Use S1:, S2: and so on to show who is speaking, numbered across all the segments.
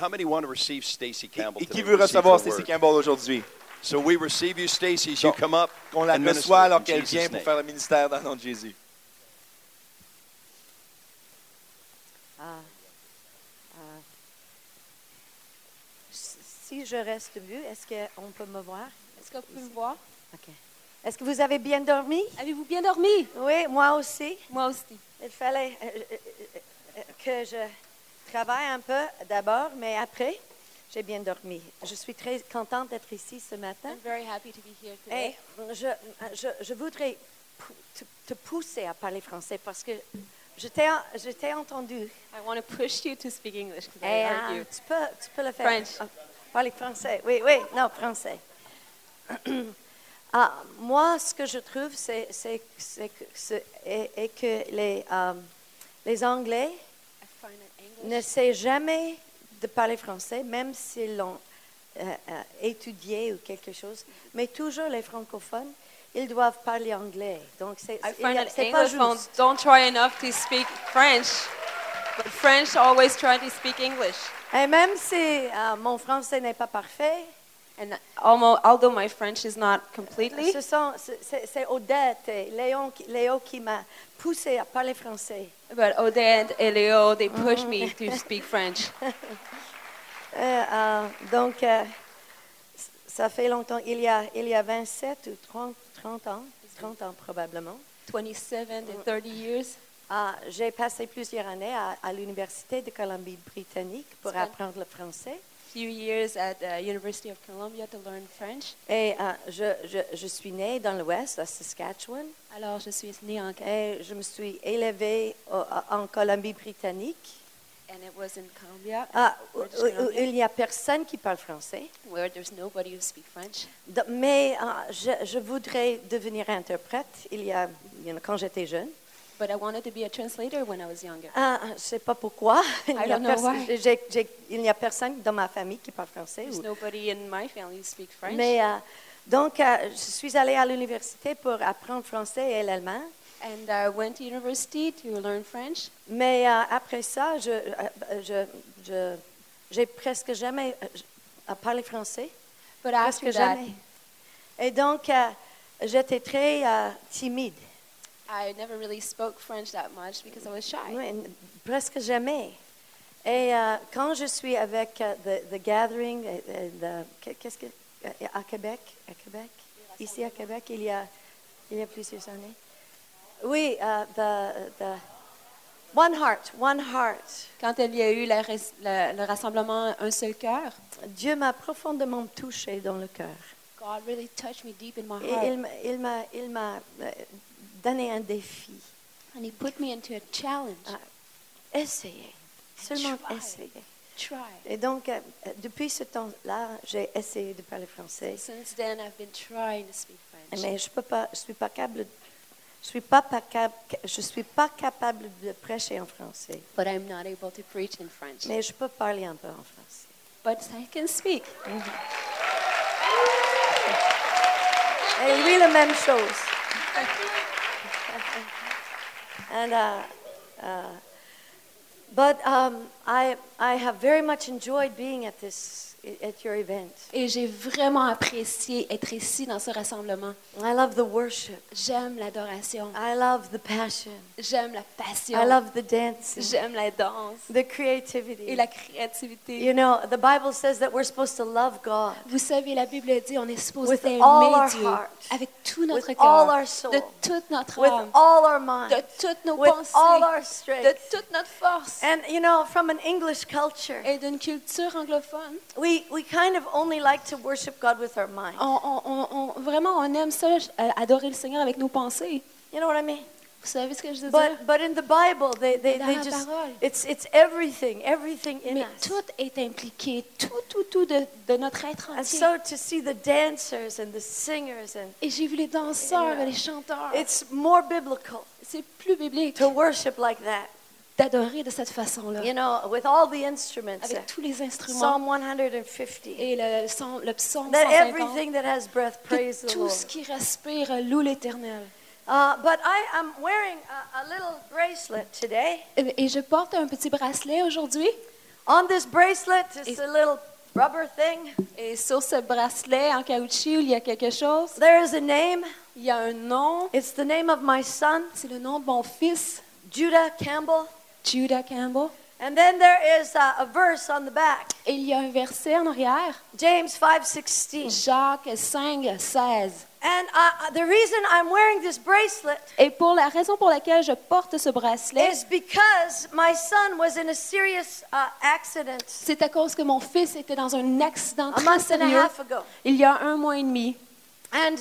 S1: How many want to receive Stacy Campbell
S2: Et qui
S1: today?
S2: veut
S1: Receive
S2: recevoir
S1: her
S2: Stacy
S1: word.
S2: Campbell aujourd'hui?
S1: So we receive you, Stacy, as you
S2: Donc,
S1: come up.
S2: Qu'on la
S1: and minister
S2: reçoit alors
S1: in
S2: qu'elle
S1: Jesus'
S2: vient pour
S1: name.
S2: faire le ministère dans le nom de Jésus.
S3: Ah. Ah. S- Si je reste vue, est-ce qu'on peut me voir?
S4: Est-ce que vous pouvez me voir?
S3: OK. Est-ce que vous avez bien dormi?
S4: Avez-vous bien dormi?
S3: Oui, moi aussi.
S4: Moi aussi.
S3: Il fallait euh, euh, euh, que je travaille un peu d'abord, mais après, j'ai bien dormi. Je suis très contente d'être ici ce matin.
S4: I'm very happy to be here
S3: Et
S4: today.
S3: je, je, je voudrais pou- te, te pousser à parler français parce que je t'ai je t'ai entendu.
S4: I want to push you to speak English because
S3: Et,
S4: I
S3: euh,
S4: heard you.
S3: tu, peux, tu peux le faire.
S4: French.
S3: Ah, parler français. Oui, oui, non, français. Ah, moi, ce que je trouve, c'est c'est- c'est que, c'est- est- est que les, euh, les Anglais
S4: I find that
S3: ne
S4: English.
S3: savent jamais de parler français, même s'ils l'ont euh, euh, étudié ou quelque chose. Mais toujours les francophones, ils doivent parler anglais. Donc, c'est
S4: I
S3: c'est-
S4: find that
S3: c'est pas
S4: Anglophones
S3: juste.
S4: don't try enough to speak French, but French always try to speak English.
S3: Et même si euh, mon français n'est pas parfait,
S4: And almost, although my French is not completely,
S3: Ce sont, c'est- c'est c'est Odette et Léon, qui- Léo qui m'a poussé à parler français.
S4: but Odette and Leo, they push me to speak French.
S3: Euh, euh, donc, euh, c- ça fait longtemps, il y a, il y a 27 ou 30, 30 ans, 30 ans probablement.
S4: 27 and 30 years.
S3: Ah, J'ai passé plusieurs années à, à l'Université de Colombie-Britannique pour
S4: C'est bien.
S3: apprendre le français.
S4: few years at the University of Columbia to learn French.
S3: Et euh, je, je- je suis née dans l'Ouest, à Saskatchewan.
S4: Alors, je suis née en Canada,
S3: Et je me suis élevée au- en Colombie-Britannique.
S4: and it was in Colombia,
S3: Ah, où-
S4: British
S3: où- où
S4: Columbia,
S3: il n'y a personne qui parle français.
S4: where there's nobody who speaks French.
S3: Donc, Mais euh, je, je voudrais devenir interprète. Il y a, il y en a- quand j'étais jeune.
S4: But I wanted to be a translator when I was younger.
S3: Ah, je ne sais pas pourquoi. Il n'y a,
S4: don't know
S3: personne-
S4: why.
S3: j'ai- j'ai- il n'y a personne dans ma famille qui parle français.
S4: There's
S3: ou-
S4: nobody in my family who speaks French.
S3: Mais euh, donc, euh, je suis allée à l'université pour apprendre français et l'allemand.
S4: and I went to university to learn French.
S3: Mais euh, après ça, je, euh, je, je- j'ai presque jamais euh, à parler français.
S4: But
S3: Presque
S4: after that,
S3: jamais. Et donc, euh, j'étais très euh, timide.
S4: I never really spoke French that much because I was shy.
S3: Oui, n- presque jamais. Et euh, quand je suis avec euh, the, the Gathering, euh, euh, the- qu'est- qu'est-ce que euh, à Québec, à Québec, ici à Québec, il y a il y a plusieurs années. Oui, euh, the, the One Heart, One Heart.
S4: Quand il y a eu la res- la- le rassemblement Un seul cœur,
S3: Dieu m'a profondément touchée dans le cœur.
S4: God really touched me deep in my
S3: Et
S4: heart.
S3: il m'a- il m'a il m'a euh, donné un défi.
S4: and He put me into a challenge.
S3: Ah. Essayez, seulement
S4: Try.
S3: essayez.
S4: Try.
S3: Et donc, euh, euh, depuis ce temps-là, j'ai essayé de parler français,
S4: Since then, I've been trying to speak French.
S3: mais je peux pas, je suis pas capable, je suis pas, pas cap- je suis pas capable de prêcher en français,
S4: But I'm not able to preach in French.
S3: mais je peux parler un peu en français.
S4: But I can speak.
S3: Et lui, la même chose. And, uh, uh, but um, I, I have very much enjoyed being at this, at your event.
S4: Et j'ai vraiment apprécié être ici dans ce rassemblement.
S3: I love the worship.
S4: J'aime l'adoration.
S3: I love the passion.
S4: J'aime la passion.
S3: I love the dancing.
S4: J'aime la danse
S3: the
S4: et
S3: creativity.
S4: la créativité.
S3: You know, the Bible says that we're supposed to love God
S4: Vous savez, la Bible dit on est supposé
S3: With
S4: aimer
S3: all our
S4: Dieu
S3: heart.
S4: avec tout notre
S3: With
S4: cœur,
S3: all our soul.
S4: de toute notre
S3: with
S4: âme,
S3: all our mind,
S4: de toutes nos
S3: with
S4: pensées,
S3: all our
S4: de
S3: strength.
S4: toute notre force.
S3: And you know, from an English culture,
S4: Et d'une culture anglophone,
S3: we, we kind of only like to worship God with our mind.
S4: on, on- on- on- vraiment, on aime ça, euh, adorer le Seigneur avec nos pensées.
S3: You know what I mean?
S4: Vous savez ce que je veux dire?
S3: But but in the Bible, they, they,
S4: Dans
S3: Mm-hmm. they
S4: la
S3: just
S4: parole.
S3: it's it's everything, everything in
S4: Mais
S3: us.
S4: tout est impliqué, tout, tout, tout de, de notre être
S3: And
S4: entier.
S3: so to see the dancers and the singers and
S4: Et j'ai vu les danseurs, les chanteurs.
S3: it's more biblical
S4: C'est plus biblique
S3: to worship like that.
S4: d'adorer de cette façon-là,
S3: You know, with all the instruments.
S4: avec tous les instruments
S3: Psalm 150.
S4: et le, son- le psaume
S3: That
S4: 150.
S3: everything that has breath praise
S4: Que
S3: the
S4: tout
S3: Lord.
S4: ce qui respire loue l'Éternel.
S3: Uh, but I am wearing a, a little bracelet today.
S4: Et et je porte un petit bracelet aujourd'hui
S3: On this bracelet, it's
S4: Is-
S3: a little rubber thing.
S4: Et sur ce bracelet en caoutchouc, il y a quelque chose.
S3: There is a name.
S4: Il y a un nom.
S3: It's the name of my son,
S4: C'est le nom de mon fils,
S3: Judah Campbell.
S4: Judah Campbell.
S3: And then there is uh, a, a verse on the back,
S4: Et il y a un verset en arrière,
S3: James 5:16.
S4: Jacques 5, 16.
S3: And uh, the reason I'm wearing this bracelet
S4: Et pour la raison pour laquelle je porte ce bracelet,
S3: is because my son was in a serious uh, accident
S4: c'est à cause que mon fils était dans un accident
S3: a
S4: très
S3: month and a
S4: sérieux
S3: half ago.
S4: il y a un mois et demi.
S3: And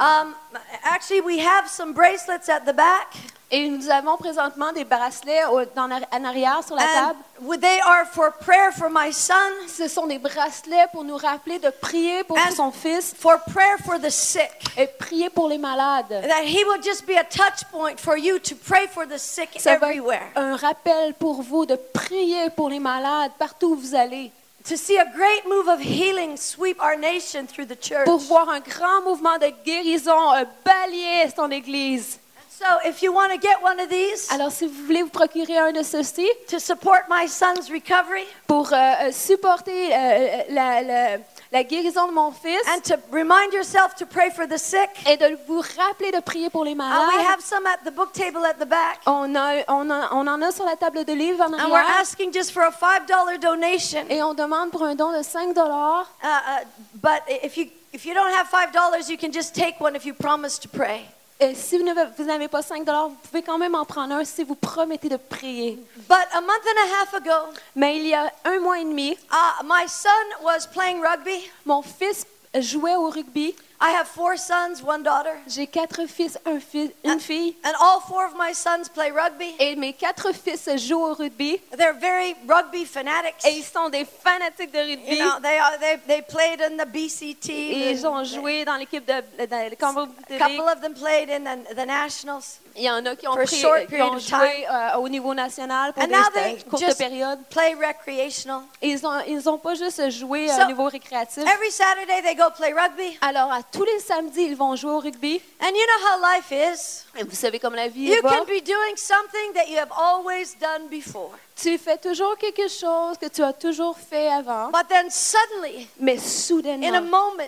S3: um, actually, we have some bracelets at the back,
S4: Et nous avons présentement des bracelets au- dans la- en arrière sur la
S3: and
S4: table.
S3: w- they are for prayer for my son,
S4: Ce sont des bracelets pour nous rappeler de prier pour
S3: And-
S4: son fils
S3: for prayer for the sick.
S4: et prier pour les malades.
S3: That he will just be a touch point for you to pray for the sick
S4: Ça va
S3: everywhere.
S4: être un rappel pour vous de prier pour les malades partout où vous allez,
S3: To see a great move of healing sweep our nation through the church.
S4: pour voir un grand mouvement de guérison euh, balayer son Église.
S3: So if you want to get one of these
S4: Alors si vous voulez vous procurer un de ceux-ci
S3: to support my son's recovery
S4: pour euh, euh, supporter euh, la, la- la guérison de mon fils
S3: and to remind yourself to pray for the sick,
S4: et de vous rappeler de prier pour les
S3: uh, we
S4: malades,
S3: have some at the book table at the back.
S4: on, a- on a- on en a sur la table de livres en
S3: And we're
S4: arrière.
S3: asking just for a $5 donation.
S4: Et on demande pour un don de 5 dollars.
S3: Uh, uh, but i- if you, if you don't have $5, you can just take one if you promise to pray.
S4: Et si vous n'avez vous n'avez pas 5 dollars, vous pouvez quand même en prendre un si vous promettez de prier.
S3: But a month and a half ago,
S4: Mais il y a un mois et demi,
S3: uh, my son was playing rugby.
S4: mon fils jouait au rugby.
S3: I have four sons, one daughter.
S4: J'ai quatre fils, un fi- une fille.
S3: And all four of my sons play rugby.
S4: Et mes quatre fils jouent au rugby.
S3: They're very rugby fanatics.
S4: Et ils sont des fanatiques de rugby.
S3: You know, they are they they played in the BCT.
S4: Et ils ont
S3: and
S4: joué dans l'équipe de, dans le Commonwealth
S3: a
S4: League.
S3: couple of them played in the, the nationals.
S4: Il y en a qui ont,
S3: For a
S4: pris-
S3: short
S4: qui
S3: period
S4: ont
S3: of
S4: joué euh, au niveau national pour
S3: And
S4: des
S3: now they
S4: euh, courtes
S3: just
S4: périodes.
S3: play recreational.
S4: Et ils n'ont ils ont pas juste joué euh,
S3: So-
S4: au niveau récréatif.
S3: Every Saturday they go play rugby.
S4: Alors, à tous les samedis, ils vont jouer au rugby.
S3: And you know how life is.
S4: Et vous savez comme la vie
S3: You
S4: est
S3: can be doing something that you have always done before.
S4: Tu fais toujours quelque chose que tu as toujours fait avant.
S3: But then suddenly,
S4: Mais
S3: in a
S4: soudainement,
S3: moment,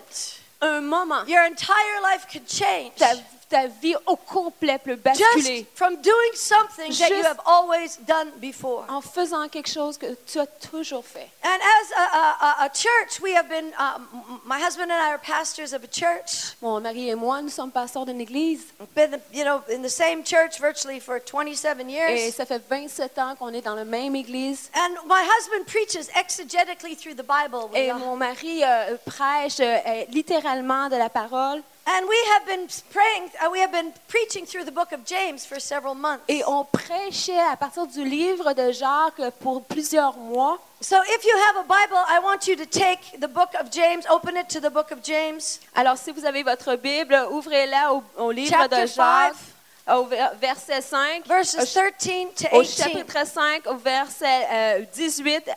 S4: un moment,
S3: your entire life could change.
S4: ta, ta vie au complet peut basculer
S3: Just from doing something that you
S4: Juste-
S3: have always done before.
S4: en faisant quelque chose que tu as toujours fait.
S3: And as a, a, a- a church, we have been, uh, m- m- my husband and I are pastors of a church.
S4: Mon mari et moi, nous sommes pasteurs d'une église.
S3: We've been, you know, in the same church virtually for 27
S4: Et
S3: years.
S4: ça fait 27 ans qu'on est dans la même église.
S3: And my husband preaches exegetically through the Bible.
S4: Et mon mari euh, prêche euh, euh, littéralement de la parole.
S3: And we have been praying, uh, we have been preaching through the book of James for several months.
S4: Et on prêchait à partir du livre de Jacques pour plusieurs mois.
S3: So if you have a Bible, I want you to take the book of James, open it to the book of James,
S4: Alors, si vous avez votre Bible, ouvrez-la au, au livre
S3: Chapter
S4: de Jacques,
S3: five.
S4: au ver- verset 5, au,
S3: verses
S4: ch-
S3: 13 to
S4: au
S3: 18.
S4: chapitre 5, au verset euh, 18.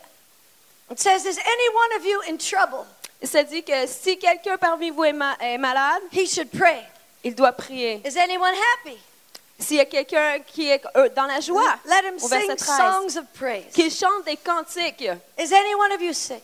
S3: It says, Is any one of you in trouble?
S4: Ça dit que si quelqu'un parmi vous est, ma- est malade,
S3: He should pray.
S4: il doit prier.
S3: Is anyone happy?
S4: S'il y a quelqu'un qui est euh, dans la joie,
S3: Let him
S4: au
S3: sing
S4: verset 13,
S3: songs of praise.
S4: qu'il chante des cantiques.
S3: Is any one of you sick?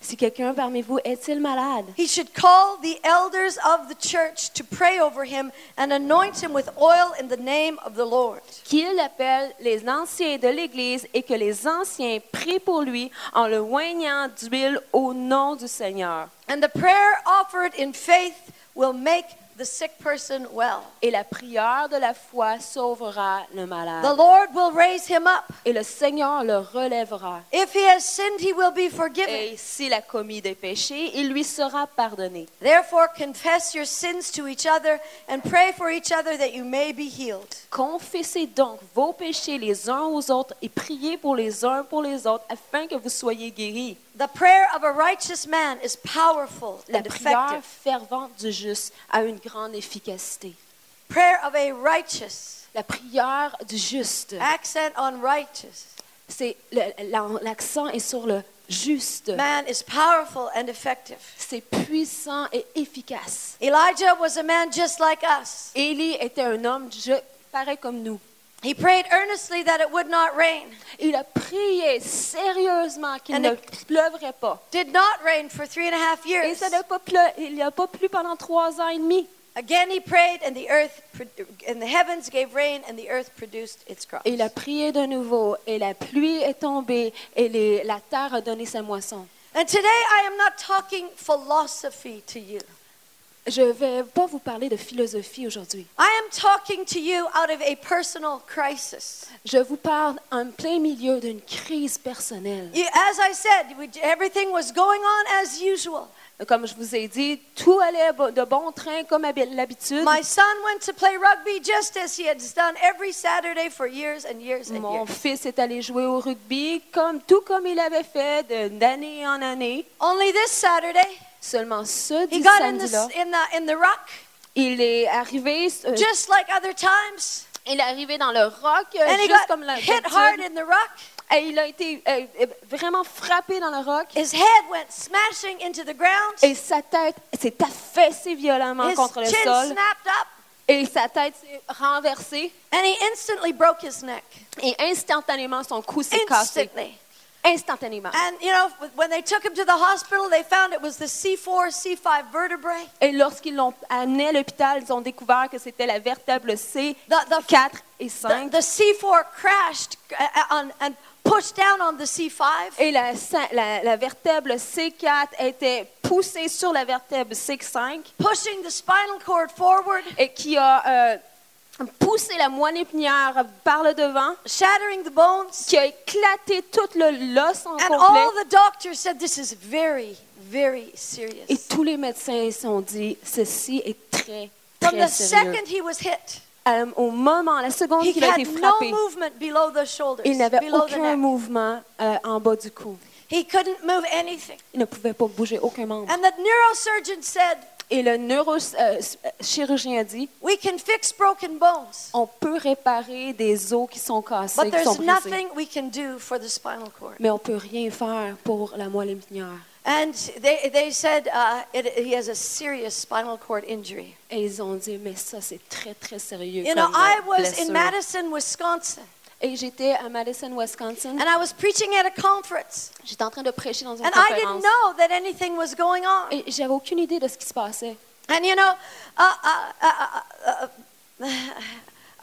S4: Si quelqu'un parmi vous est-il malade,
S3: He should call the elders of the church to pray over him and anoint him with oil in the name of the Lord.
S4: qu'il appelle les anciens de l'Église et que les anciens prient pour lui en le oignant d'huile au nom du Seigneur.
S3: And the prayer offered in faith will make the sick person well.
S4: Et la prière de la foi sauvera le
S3: The
S4: malade.
S3: Lord will raise him up.
S4: Et le Seigneur le relèvera.
S3: If he has sinned, he will be forgiven.
S4: Et s'il a commis des péchés, il lui sera pardonné.
S3: Therefore, confess your sins to each other and pray for each other that you may be healed.
S4: Confessez donc vos péchés les uns aux autres et priez pour les uns pour les autres afin que vous soyez guéris.
S3: The prayer of a righteous man is powerful
S4: La
S3: and
S4: prière
S3: effective.
S4: fervente du juste a une grande efficacité.
S3: Prayer of a righteous
S4: La prière du juste,
S3: accent on righteous
S4: c'est le- l'en- l'accent est sur le juste.
S3: man is powerful and effective.
S4: C'est puissant et efficace.
S3: Elijah was a man just like us.
S4: Élie était un homme ju- pareil comme nous.
S3: He prayed earnestly that it would not rain.
S4: Il a prié sérieusement qu'il
S3: And
S4: ne
S3: it-
S4: pleuverait pas.
S3: Did not rain for three and a half
S4: Et
S3: years.
S4: ça n'a pas pleu- il n'y a pas plu pendant trois ans et demi.
S3: Again, he prayed, and the earth pro- and the heavens gave rain, and the earth produced its crops.
S4: Et il a prié de nouveau, et la pluie est tombée, et les- la terre a donné sa moisson.
S3: And today, I am not talking philosophy to you.
S4: Je ne vais pas vous parler de philosophie aujourd'hui.
S3: I am talking to you out of a personal crisis.
S4: Je vous parle en plein milieu d'une crise personnelle.
S3: You- As I said, we- everything was going on as usual.
S4: Comme je vous ai dit, tout allait bo- de bon train comme à l'habitude.
S3: My son went to play rugby just as he had done every Saturday for years and years and
S4: Mon
S3: years.
S4: fils est allé jouer au rugby comme tout comme il avait fait de- d'année en année.
S3: Only this Saturday,
S4: Seulement ce
S3: he
S4: dix
S3: got in the,
S4: samedi-là,
S3: s- in the, in the ruck,
S4: il est arrivé, euh,
S3: just like other times.
S4: il est arrivé dans le rock, euh,
S3: And he
S4: juste
S3: got
S4: comme la
S3: hit hard in the ruck.
S4: Et il a été euh, euh, vraiment frappé dans le roc.
S3: His head went smashing into the ground.
S4: Et sa tête s'est affaissée violemment
S3: His
S4: contre le
S3: chin
S4: sol.
S3: snapped up,
S4: Et sa tête s'est renversée.
S3: and he instantly broke his neck.
S4: Et instantanément, son cou s'est cassé.
S3: Instantly.
S4: Instantanément.
S3: And you know, when they took him to the hospital, they found it was the C4, C5 vertebrae.
S4: Et lorsqu'ils l'ont amené à l'hôpital, ils ont découvert que c'était la vertèbre C4
S3: The, the,
S4: et
S3: the,
S4: 5.
S3: the C4 crashed uh, uh, on, and pushed down on the C5.
S4: Et la, cin- la- la vertèbre C4 était poussée sur la vertèbre C5
S3: pushing the spinal cord forward,
S4: et qui a euh, poussé la moelle épinière par le devant.
S3: shattering the bones.
S4: qui a éclaté tout le l'os en
S3: And all
S4: complet.
S3: the doctors said this is very, very serious.
S4: Et tous les médecins se sont dit, ceci est très,
S3: From the
S4: très sérieux.
S3: second he was hit,
S4: Euh, au moment, la seconde
S3: he
S4: qu'il a
S3: had
S4: été
S3: no
S4: frappé,
S3: movement below the shoulders,
S4: il n'avait
S3: below the
S4: aucun
S3: neck.
S4: mouvement euh, en bas du cou.
S3: He couldn't move anything.
S4: Il ne pouvait pas bouger aucun membre.
S3: And the neurosurgeon said,
S4: Ah. Et le euh, neurochirurgien a dit,
S3: We can fix broken bones,
S4: on peut réparer des os qui sont cassés,
S3: but
S4: qui
S3: there's
S4: sont brisés.
S3: nothing we can do for the spinal cord.
S4: Mais on peut rien faire pour la moelle épinière.
S3: And they, they said uh, it, he has a serious spinal cord injury.
S4: Et ils ont dit, mais ça, c'est très, très sérieux.
S3: You know,
S4: comme,
S3: I
S4: euh,
S3: was in
S4: blessure.
S3: Madison, Wisconsin,
S4: Et j'étais à Madison, Wisconsin.
S3: and I was preaching at a conference,
S4: J'étais en train de prêcher dans une
S3: and I didn't
S4: conférence.
S3: know that anything was going on.
S4: Et j'avais aucune idée de ce qui se passait.
S3: And you know, uh, uh, uh, uh, uh,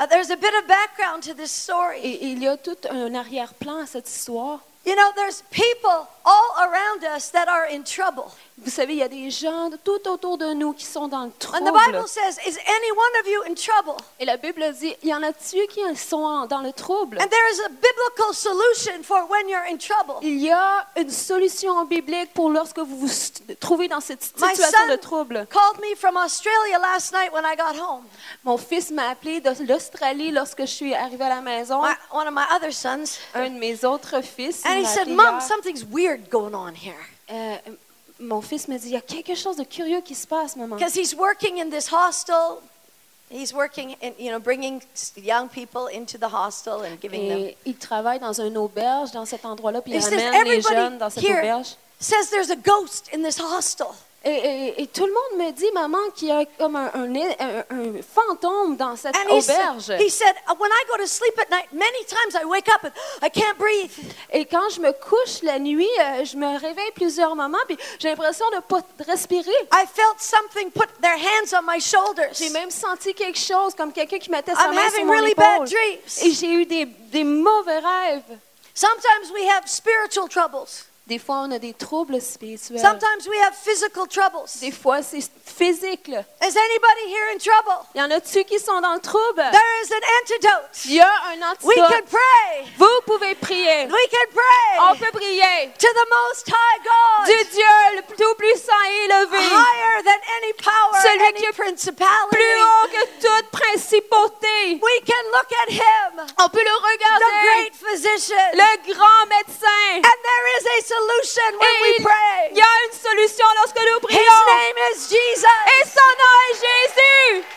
S3: uh, there's a bit of background to this
S4: Et
S3: story.
S4: et il y a tout un arrière-plan à cette histoire.
S3: You know, there's people all around us that are in trouble.
S4: Vous savez, il y a des gens de- tout autour de nous qui sont dans le
S3: And the Bible
S4: trouble.
S3: says, Is any one of you in trouble?
S4: Et la Bible dit, il y en a-tu qui sont en- dans le trouble?
S3: And there is a biblical solution for when you're in trouble.
S4: Il y a une solution biblique pour lorsque vous vous st- trouvez dans cette
S3: My
S4: situation de
S3: son
S4: trouble.
S3: called me from Australia last night when I got home.
S4: Mon fils m'a appelé de l'Australie lorsque je suis arrivée à la maison.
S3: My, one of my other sons.
S4: Un de mes autres fils
S3: And he
S4: m'a
S3: said,
S4: appelé
S3: Mom,
S4: hier.
S3: something's weird going on here.
S4: Euh, mon fils me dit, il y a quelque chose de curieux qui se passe, maman.
S3: Because he's working in this hostel. He's working in, you know, bringing s- young people into the hostel and giving them.
S4: Et il travaille dans une auberge, dans cet endroit-là, puis
S3: He
S4: il
S3: says,
S4: ramène les jeunes
S3: Everybody
S4: dans cette
S3: here
S4: auberge.
S3: says there's a ghost in this hostel.
S4: Et, et- et tout le monde me dit, maman, qu'il y a comme un, un- un- un fantôme dans cette
S3: And he said,
S4: auberge.
S3: he said, "Uh, When I go to sleep at night, many times I wake up and I can't breathe.
S4: Et quand je me couche la nuit, euh, je me réveille plusieurs moments, puis j'ai l'impression de ne pas respirer.
S3: I felt something put their hands on my shoulders.
S4: J'ai même senti quelque chose, comme quelqu'un qui mettait sa
S3: I'm
S4: main sur
S3: having
S4: mon
S3: really bad
S4: épaule.
S3: dreams.
S4: Et j'ai eu des, des mauvais rêves.
S3: Sometimes we have spiritual troubles.
S4: Des fois, on a des troubles spirituels.
S3: Sometimes we have physical troubles.
S4: Des fois, c'est physique. là.
S3: Is anybody here in trouble?
S4: Il y en a-tu qui sont dans le trouble?
S3: There is an antidote.
S4: Il y a un
S3: We can
S4: antidote.
S3: pray.
S4: Vous pouvez prier.
S3: We can
S4: On
S3: pray
S4: peut prier.
S3: to the Most High God,
S4: Du Dieu, le tout plus saint et élevé,
S3: higher than any power,
S4: Celui qui
S3: any
S4: est
S3: principality.
S4: plus haut que toute principauté.
S3: We can look at Him,
S4: On peut le
S3: the
S4: regarder,
S3: great physician,
S4: le grand médecin.
S3: and there is a solution when
S4: Et
S3: we
S4: il,
S3: pray.
S4: il y a une solution lorsque nous
S3: His
S4: prions.
S3: name is Jesus.
S4: Et son nom est Jésus.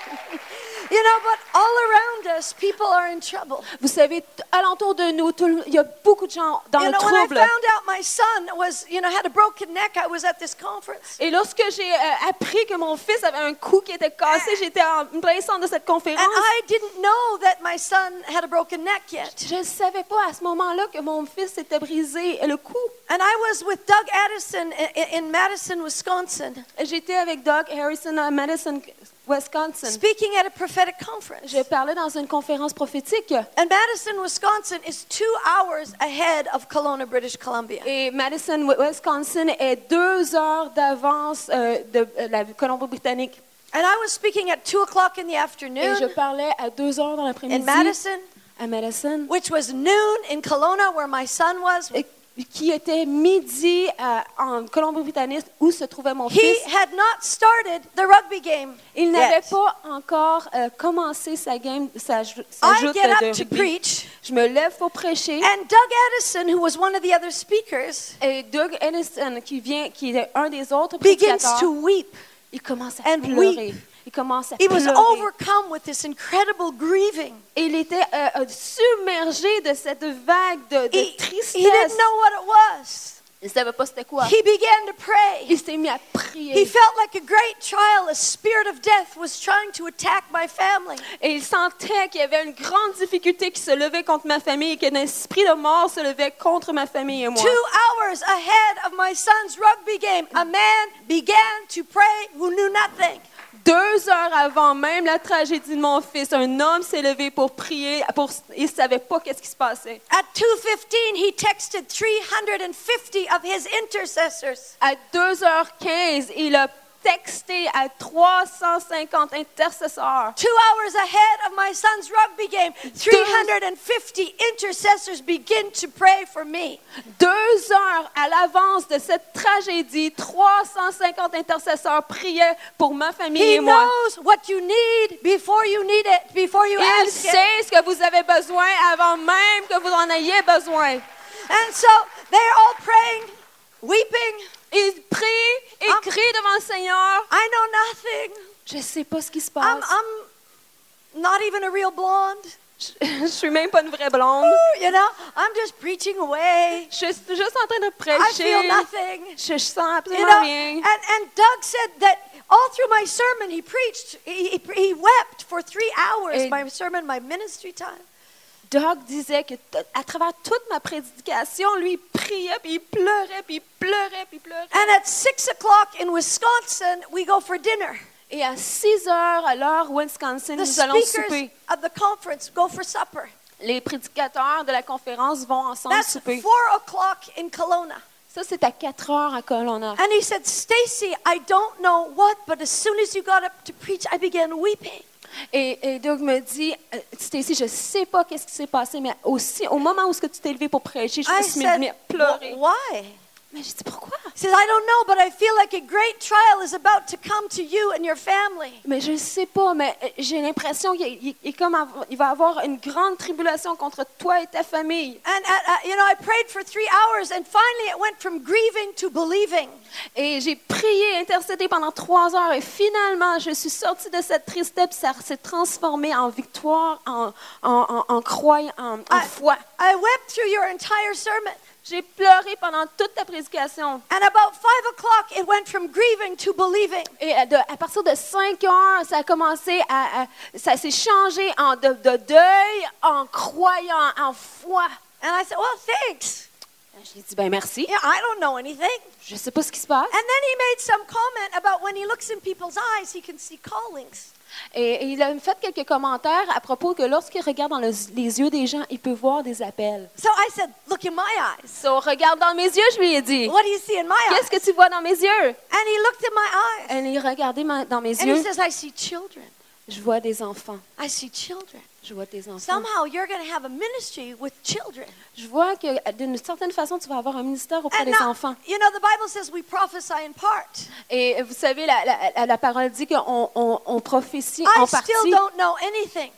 S3: You know, but all around us, people are in trouble.
S4: Vous savez, t- alentour de nous, tout le- il y a beaucoup de gens dans
S3: You
S4: le
S3: know, when I
S4: trouble.
S3: found out my son was, you know, had a broken neck, I was at this conference.
S4: Et lorsque j'ai euh, appris que mon fils avait un cou qui était cassé, j'étais en plein centre de cette conférence.
S3: And I didn't know that my son had a broken neck yet.
S4: Je ne savais pas à ce moment-là que mon fils s'était brisé le cou.
S3: And I was with Doug Addison i- i- in Madison, Wisconsin,
S4: J'étais avec Doc Harrison à Madison, Wisconsin.
S3: speaking at a prophetic conference.
S4: Je parlais dans une conférence prophétique.
S3: And Madison, Wisconsin is two hours ahead of Kelowna, British Columbia.
S4: Et Madison, Wisconsin est deux heures d'avance euh, de euh, la Colombie-Britannique.
S3: And I was speaking at 2 o'clock in the
S4: Et je
S3: afternoon
S4: parlais à deux heures dans l'après-midi
S3: in Madison,
S4: à Madison,
S3: which was noon in Kelowna, where my son was.
S4: et qui était midi à- en Colombie-Britannique où se trouvait mon
S3: He
S4: fils.
S3: had not started the rugby game.
S4: Il n'avait
S3: yet.
S4: pas encore euh, commencé sa game, sa, jou- sa
S3: I
S4: joute
S3: get
S4: de
S3: up to
S4: rugby.
S3: preach,
S4: Je me lève pour prêcher.
S3: and Doug Addison, who was one of the other speakers,
S4: Et Doug Ellison, qui vient, qui est un des autres
S3: begins
S4: prédicateurs,
S3: to weep.
S4: il commence à
S3: and
S4: pleurer.
S3: weep.
S4: Il commence à
S3: He was
S4: pleurer.
S3: overcome with this incredible grieving.
S4: Il était euh, euh, submergé de cette vague de, de
S3: He, he
S4: tristesse.
S3: didn't know what it was.
S4: Il ne savait pas c'était quoi.
S3: He began to pray.
S4: Il s'est mis à
S3: He
S4: prier.
S3: felt like a great trial, a spirit of death was trying to attack my family.
S4: Et il sentait qu'il y avait une grande difficulté qui se levait contre ma famille et qu'un esprit de mort se levait contre ma famille et moi.
S3: Two hours ahead of my son's rugby game, a man began to pray who knew nothing.
S4: Deux heures avant même la tragédie de mon fils, un homme s'est levé pour prier. Pour, il ne savait pas qu'est-ce qui se passait.
S3: At 2:15 he texted 350 of his intercessors.
S4: À 2h15, il a texté à 350 intercesseurs.
S3: 2 hours ahead of my son's rugby game, 350 intercessors begin to pray for me.
S4: Deux heures à l'avance de cette tragédie, 350 intercesseurs priaient pour ma famille
S3: He
S4: et moi.
S3: knows what you need before you need it, before you
S4: Il
S3: ask it.
S4: sait ce que vous avez besoin avant même que vous en ayez besoin.
S3: And so they're all praying, weeping.
S4: Il prie, il
S3: Ah.
S4: crie devant le Seigneur.
S3: I know nothing.
S4: Je sais pas ce qui se
S3: I'm,
S4: passe.
S3: I'm not even a real blonde.
S4: Je, je suis même pas une vraie blonde.
S3: You know, I'm just preaching away.
S4: Je suis juste en train de
S3: I feel
S4: prêcher.
S3: nothing.
S4: Je, je sens
S3: You
S4: absolument
S3: know, eh.
S4: rien.
S3: and, and Doug said that all through my sermon, he preached, he, he, he wept for three hours,
S4: Et-
S3: my sermon, my ministry time.
S4: Doc disait que t- à travers toute ma prédication, lui, il priait, puis il pleurait, puis il pleurait, puis il pleurait.
S3: And at six o'clock in Wisconsin, we go for dinner.
S4: Et à 6 heures, à l'heure Wisconsin,
S3: The
S4: nous allons souper.
S3: speakers of the conference go for supper.
S4: Les prédicateurs de la conférence vont ensemble
S3: That's
S4: souper.
S3: four o'clock in Kelowna.
S4: Ça, c'est à 4 heures à Colonna.
S3: And he said, Stacy, I don't know what, but as soon as you got up to preach, I began weeping.
S4: Et, et Doug me dit, euh, Stacy, je sais pas qu'est-ce qui s'est passé, mais aussi au moment où ce que tu t'es levé pour prêcher, je me
S3: I
S4: suis mis à
S3: said,
S4: venir pleurer.
S3: "Wh- why?
S4: Mais j'ai dit pourquoi
S3: He says, I don't know, but I feel like a great trial is about to come to you and your family.
S4: Mais je sais pas, mais euh, j'ai l'impression qu'il il- il est comme av- il va avoir une grande tribulation contre toi et ta famille.
S3: And, uh, uh, you know, I prayed for three hours, and finally it went from grieving to believing.
S4: Et j'ai prié, intercédé pendant trois heures et finalement, je suis sortie de cette tristesse. Ça s'est transformé en victoire, en, en, en, en croy- en, en
S3: Ah.
S4: foi.
S3: I wept through your entire sermon.
S4: J'ai pleuré pendant toute ta prédication.
S3: And about five o'clock, it went from grieving to believing.
S4: Et à, de- à partir de 5 heures, ça a commencé à, à- ça s'est changé en de, de deuil, en croyant, en foi.
S3: And I said, Well, thanks.
S4: J'ai dit, ben merci.
S3: Yeah, I don't know anything.
S4: Je sais pas ce qui se passe.
S3: And then he made some comment about when he looks in people's eyes, he can see callings.
S4: Et, et il a fait quelques commentaires à propos que lorsqu'il regarde dans le- les yeux des gens, il peut voir des appels.
S3: So I said, Look in my eyes.
S4: So, regarde dans mes yeux, je lui ai dit.
S3: What do you see in my eyes?
S4: Qu'est-ce que tu vois dans mes yeux?
S3: And he looked in my eyes.
S4: Elle est regardée ma- dans mes
S3: And he
S4: yeux.
S3: says, I see children.
S4: Je vois des enfants.
S3: I see children.
S4: Je vois des enfants.
S3: Somehow you're going to have a ministry with children.
S4: Je vois que euh, d'une certaine façon, tu vas avoir un ministère auprès
S3: And
S4: des
S3: now,
S4: enfants.
S3: you know, the Bible says we prophesy in part.
S4: Et euh, vous savez, la, la- la- la parole dit qu'on on, on prophétie
S3: I
S4: en
S3: still
S4: partie. Euh,
S3: don't know anything.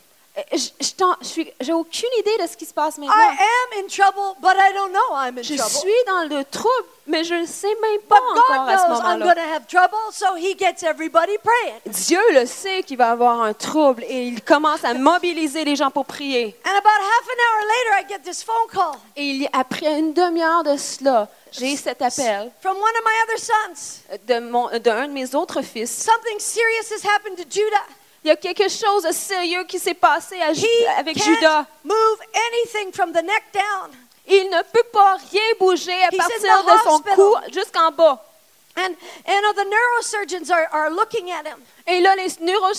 S4: je- je t'en- je suis- j'ai aucune idée de ce qui se passe maintenant.
S3: I am in trouble, but I don't know I'm in
S4: Je
S3: trouble.
S4: suis dans le trouble, mais je ne sais même pas
S3: But
S4: encore
S3: God
S4: à ce
S3: knows I'm
S4: moment-là.
S3: going to have trouble, so He gets everybody praying.
S4: Dieu le sait qu'il va avoir un trouble et il commence à mobiliser les gens pour prier.
S3: And about half an hour later, I get this phone call
S4: Et il y a- après une demi-heure de cela, j'ai cet appel
S3: from one of my other sons.
S4: de mon- d'un de mes autres fils.
S3: Something serious has happened to Judah.
S4: Il y a quelque chose de sérieux qui s'est passé à Ju-
S3: He
S4: avec Judas.
S3: can't move anything from the neck down.
S4: Il ne peut pas rien bouger à
S3: He's in
S4: partir
S3: the
S4: de son
S3: hospital.
S4: cou jusqu'en bas.
S3: And, and all the neurosurgeons are, are looking at him.
S4: Et là, les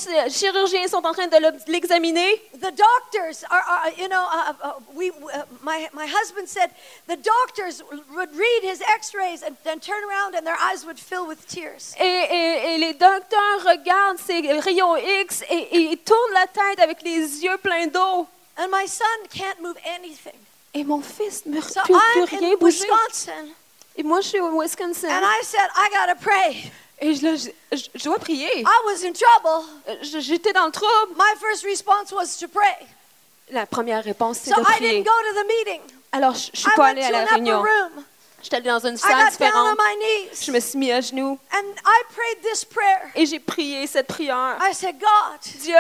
S4: neurochirurgiens sont en train de le- l'examiner.
S3: The doctors are, are you know, uh, uh, we, uh, my, my husband said the doctors would read his x rays and then turn around and their eyes would fill with tears.
S4: Et, et- et les docteurs regardent ces rayons X et, et ils tournent la tête avec les yeux pleins d'eau.
S3: And my son can't move anything.
S4: Et mon fils ne
S3: So
S4: peut plus
S3: I'm
S4: rien
S3: in
S4: bouger.
S3: Wisconsin
S4: Et moi, je suis au Wisconsin.
S3: and I said, I gotta pray.
S4: Et je, là, je, je- je dois prier.
S3: I was in trouble.
S4: Je- J'étais dans le trouble.
S3: My first response was to pray.
S4: La première réponse, c'est
S3: So
S4: de
S3: I
S4: prier.
S3: didn't go to the meeting.
S4: Alors, je, je suis
S3: I
S4: pas
S3: went
S4: allée
S3: to
S4: à la
S3: an upper
S4: réunion.
S3: room.
S4: J'étais allée dans une
S3: I
S4: salle
S3: got down on
S4: différente.
S3: my
S4: Je
S3: knees
S4: me suis mis à genoux
S3: and I prayed this prayer.
S4: et j'ai prié cette prière.
S3: I said, God,
S4: Dieu,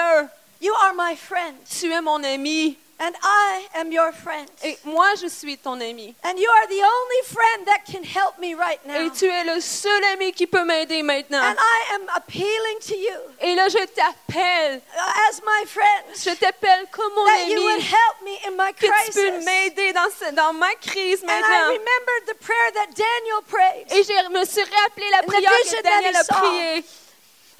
S3: you are my friend
S4: tu es mon ami
S3: and I am your friend.
S4: et moi, je suis ton ami.
S3: And you are the only friend that can help me right now.
S4: Et
S3: And
S4: tu es le seul ami qui peut m'aider maintenant.
S3: I am appealing to you
S4: Et là, je t'appelle.
S3: uh, as my friend
S4: Je t'appelle comme mon
S3: that you would
S4: ami.
S3: help me in my
S4: Que tu peux
S3: crisis. And
S4: m'aider dans, ce- dans ma crise
S3: I
S4: maintenant.
S3: remembered the prayer that Daniel prayed.
S4: Et je me suis rappelé la
S3: the
S4: prière
S3: vision
S4: que
S3: that
S4: Daniel
S3: he
S4: a
S3: saw.
S4: priée.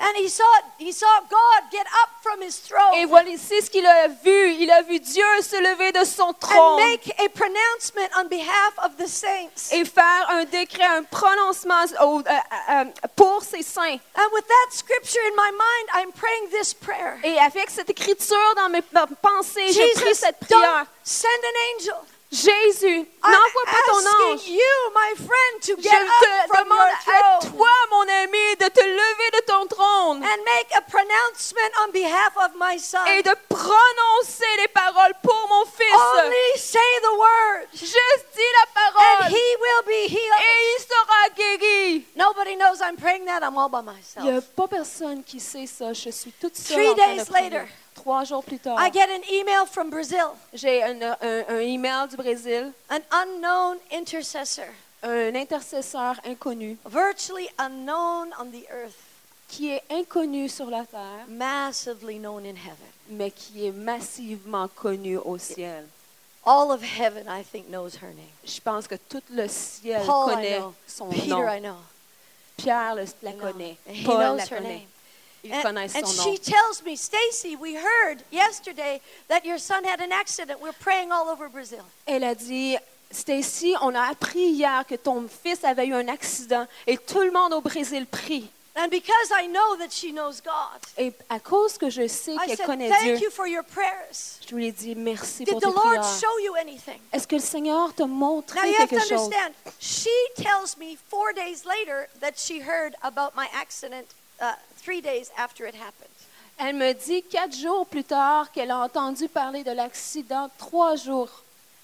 S3: And he saw he saw God get up from his
S4: Et
S3: throne
S4: voilà, c'est ce qu'il a vu. Il a vu Dieu se lever de son
S3: and
S4: trône
S3: make a pronouncement on behalf of the saints.
S4: et faire un décret, un prononcement au- euh, euh, euh, pour ses saints.
S3: And with that scripture in my mind, I'm praying this prayer.
S4: Et avec cette écriture dans mes p- pensées, j'ai pris
S3: Jesus,
S4: cette prière.
S3: don't send an angel.
S4: Jésus,
S3: I'm
S4: n'envoie pas ton ange.
S3: asking you, my friend, to
S4: Je
S3: get
S4: te
S3: up from
S4: demande
S3: your
S4: à
S3: throne.
S4: toi, mon ami, de te lever de ton trône
S3: and make a pronouncement on behalf of my son.
S4: et de prononcer les paroles pour mon fils.
S3: Only say the word,
S4: Juste dis la
S3: and
S4: parole
S3: he will be healed.
S4: et il sera guéri.
S3: Nobody knows I'm praying that. I'm all by myself.
S4: Il n'y a pas personne qui sait ça. Je suis toute seule.
S3: Three
S4: en train de
S3: days
S4: prier.
S3: later,
S4: Trois jours plus tard,
S3: I get an email from Brazil,
S4: j'ai un, un, un email du Brésil,
S3: an unknown intercessor,
S4: un intercesseur inconnu
S3: virtually unknown on the earth,
S4: qui est inconnu sur la terre,
S3: massively known in heaven.
S4: mais qui est massivement connu au ciel.
S3: All of heaven, I think, knows her name.
S4: Je pense que tout le ciel
S3: Paul, I
S4: connaît
S3: know.
S4: son
S3: Peter,
S4: nom.
S3: I know.
S4: Pierre le- la
S3: I know.
S4: connaît.
S3: He
S4: Paul la
S3: knows her
S4: connaît.
S3: name.
S4: Ils
S3: And,
S4: connaissent
S3: and
S4: son
S3: she
S4: nom.
S3: tells me, Stacy, we heard yesterday that your son had an accident. We're praying all over Brazil.
S4: Elle a dit, Stacy, on a appris hier que ton fils avait eu un accident et tout le monde au Brésil prie.
S3: And because I know that she knows God,
S4: Et à cause que je sais
S3: I
S4: qu'elle
S3: said,
S4: connaît
S3: Thank
S4: Dieu,
S3: you for your prayers.
S4: je lui ai dit merci
S3: Did
S4: pour
S3: the
S4: tes
S3: Lord
S4: prières.
S3: show you anything?
S4: Est-ce que le Seigneur te montre
S3: Now you have to
S4: quelque chose?
S3: understand, she tells me four days later that she heard about my accident uh, three days after it happened.
S4: Elle me dit quatre jours plus tard qu'elle a entendu parler de l'accident, trois jours.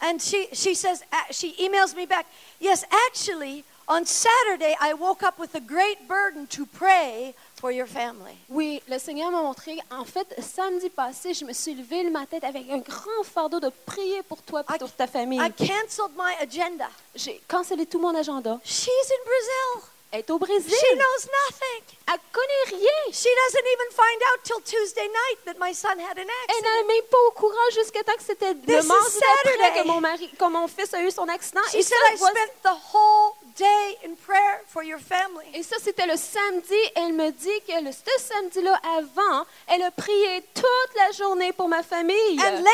S3: And she, she says, uh, she emails me back, yes, actually, on Saturday, I woke up with a great burden to pray for your family.
S4: Oui, le Seigneur m'a montré, en fait, samedi passé, je me suis levée le matin avec un grand fardeau de prier pour toi et
S3: I-
S4: pour ta famille.
S3: I canceled my agenda.
S4: J'ai cancellé tout mon agenda.
S3: She's in Brazil.
S4: Elle est au Brésil.
S3: She knows nothing.
S4: Elle connaît rien.
S3: She doesn't even find out till Tuesday night that my son had an
S4: Elle
S3: accident.
S4: n'est même pas au courant jusqu'à temps que c'était le
S3: This is
S4: mardi d'après
S3: Saturday.
S4: que mon mari, que mon fils a eu son accident.
S3: She
S4: Et
S3: said,
S4: ça,
S3: I
S4: voici-
S3: spent the whole day in prayer for your family.
S4: et ça, c'était le samedi. Elle me dit que le, ce samedi-là, avant, elle a prié toute la journée pour ma famille.
S3: And later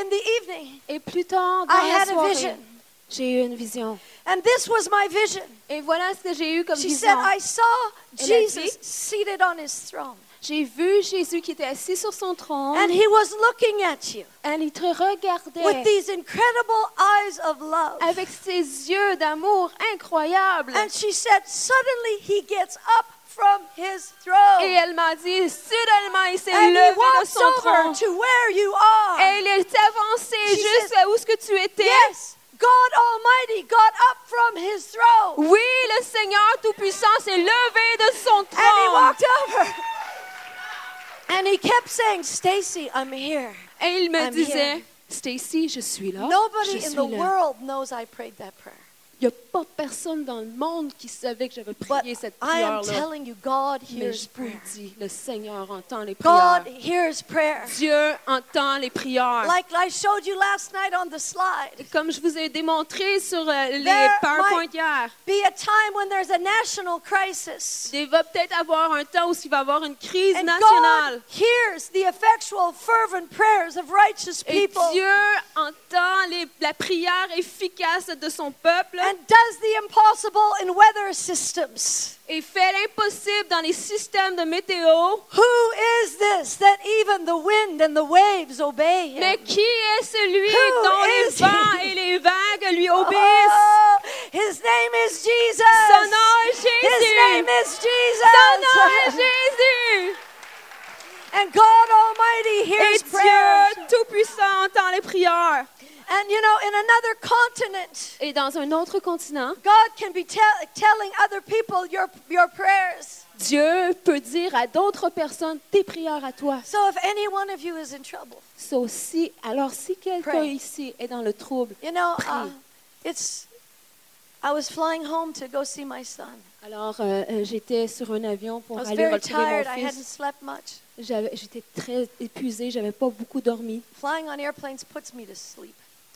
S3: in the evening,
S4: Et plus tard, dans
S3: I
S4: la
S3: had a
S4: soirée,
S3: vision.
S4: j'ai eu une vision.
S3: And this was my vision.
S4: Et voilà ce que j'ai eu comme
S3: She
S4: vision.
S3: said, I saw
S4: Elle a
S3: Jesus
S4: dit-
S3: seated on his throne.
S4: J'ai vu Jésus qui était assis sur son trône.
S3: And he was looking at you
S4: Elle, il te regardait
S3: with these incredible eyes of love.
S4: avec ses yeux d'amour incroyables.
S3: And she said, Suddenly he gets up from his throne.
S4: Et elle m'a dit, soudainement, il s'est
S3: and he
S4: levé de
S3: walks
S4: son
S3: over
S4: trône.
S3: to where you are.
S4: Et il est
S3: She
S4: avancé jusqu'à où ce que tu étais.
S3: yes, God Almighty got up from his throne
S4: Oui, le Seigneur Tout-Puissant s'est levé de son
S3: and he
S4: trône.
S3: walked over. And he kept saying, Stacy, I'm here.
S4: Et il me
S3: I'm here.
S4: disait, Stacy, je suis là. Oh, Je
S3: Nobody in
S4: suis
S3: the
S4: là.
S3: world knows I prayed that prayer.
S4: Il n'y a pas personne dans le monde qui savait que j'avais
S3: But
S4: prié cette
S3: I am
S4: prière-là.
S3: telling you, God
S4: Mais
S3: hears
S4: je vous
S3: prayer.
S4: dis, le Seigneur entend les prières.
S3: God hears prayer.
S4: Dieu entend les prières.
S3: Like I showed you last night on the slide,
S4: Comme je vous ai démontré sur euh, les
S3: There
S4: PowerPoint
S3: might-
S4: hier,
S3: be a time when there's a national crisis.
S4: il va peut-être avoir un temps où il va y avoir une crise
S3: And God
S4: nationale.
S3: hears the effectual, fervent prayers of righteous
S4: Et
S3: people
S4: Dieu entend les- la prière efficace de son peuple
S3: and does the impossible in weather systems.
S4: et fait l'impossible dans les systèmes de météo.
S3: Who is this that even the wind and the waves obey him?
S4: Mais qui est celui
S3: Who
S4: dont les
S3: is
S4: vents
S3: he?
S4: et les vagues lui obéissent?
S3: Oh, his name is Jesus.
S4: Son nom est
S3: His name
S4: Jésus.
S3: is oh,
S4: Son nom est
S3: Jesus.
S4: Jésus.
S3: And God Almighty hears
S4: Et
S3: prayers.
S4: Dieu Tout-Puissant entend les prières.
S3: And you know, in another continent,
S4: Et dans un autre continent,
S3: God can be tell- telling other people your, your prayers.
S4: Dieu peut dire à d'autres personnes tes prières à toi.
S3: So if any one of you is in trouble,
S4: So, si- alors, si quelqu'un
S3: Pray.
S4: ici est dans le trouble,
S3: you know, uh,
S4: Prie.
S3: it's. I was flying home to go see my son.
S4: alors euh, euh, j'étais sur un avion
S3: Oh, I
S4: pour
S3: was
S4: aller
S3: very
S4: retrouver
S3: tired.
S4: mon
S3: I hadn't
S4: fils.
S3: slept much.
S4: J'avais- J'étais très épuisée, j'avais pas beaucoup dormi.
S3: Flying on airplanes puts me to sleep.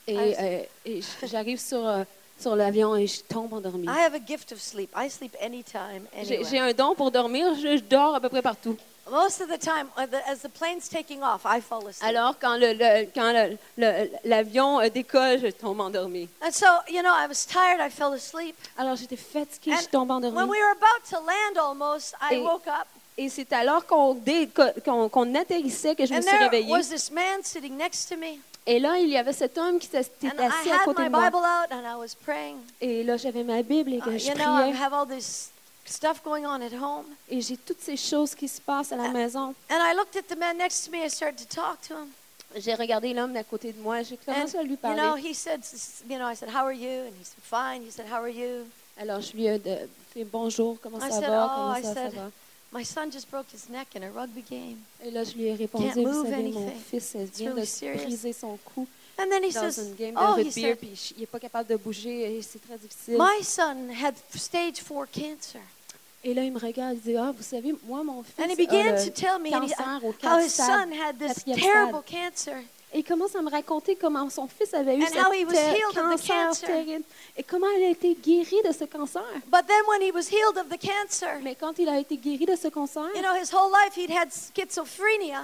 S4: Et,
S3: Ah,
S4: euh, et j- j'arrive sur, euh, sur l'avion et je tombe endormie.
S3: I have a gift of sleep. I sleep anytime,
S4: J'ai j'ai
S3: anywhere.
S4: un don pour dormir, je, je dors à peu près partout.
S3: Most of the time, uh, the- as the plane's taking off, I fall asleep.
S4: Alors, quand le- le- quand le- le- l'avion euh, décolle, je tombe endormie.
S3: And so, you know, I was tired. I fell asleep.
S4: Alors, j'étais fatiguée,
S3: And
S4: je tombe
S3: when
S4: endormie.
S3: we were about to land almost, I
S4: Et-
S3: woke up.
S4: Et c'est alors qu'on déco- qu'on- qu'on atterrissait que je me
S3: And
S4: suis
S3: there
S4: réveillée.
S3: was this man sitting next to me.
S4: Et là, il y avait cet homme qui s'était
S3: And I
S4: assis à
S3: had
S4: côté
S3: my
S4: de moi.
S3: Bible out and I was praying.
S4: Et là, j'avais ma Bible et
S3: Uh,
S4: que je
S3: you know, I
S4: priais.
S3: have all this stuff going on at home.
S4: Et j'ai toutes ces choses qui se passent à
S3: Ah.
S4: la maison.
S3: And I looked at the man next to me. I started to talk to him.
S4: J'ai regardé l'homme d'à côté de moi. J'ai
S3: And,
S4: commencé à lui
S3: you know,
S4: parler.
S3: he said, s- s- you know, I said, how are you? And he said, fine. He said, how are you?
S4: Alors, je lui ai de- fait bonjour, comment
S3: I
S4: ça
S3: said,
S4: va,
S3: oh,
S4: comment
S3: I
S4: ça, ça
S3: said-
S4: va.
S3: My son just broke his neck in a rugby game.
S4: Et là, je lui ai répondu,
S3: Can't
S4: vous
S3: move
S4: savez, mon
S3: anything.
S4: fils elle vient
S3: really
S4: de se
S3: serious.
S4: briser son cou
S3: And then he
S4: dans
S3: says,
S4: une game de
S3: oh, he
S4: rugby,
S3: said,
S4: puis je- il n'est pas capable de bouger et c'est très difficile.
S3: my son had stage four cancer.
S4: Et là, il me regarde, il dit, ah, vous savez, moi, mon fils
S3: And he
S4: a
S3: began
S4: le
S3: to tell me and he-
S4: cancer au
S3: how
S4: cancer.
S3: his son had this
S4: quatrième
S3: terrible cancer.
S4: Et il commence à me raconter comment son fils avait eu
S3: And
S4: ce
S3: how he was
S4: ter-
S3: healed of the
S4: cancer
S3: cancer.
S4: terrible et comment il a été guéri de ce cancer.
S3: But then when he was healed of the cancer,
S4: Mais quand il a été guéri de ce cancer,
S3: you know, his whole life he'd had schizophrenia.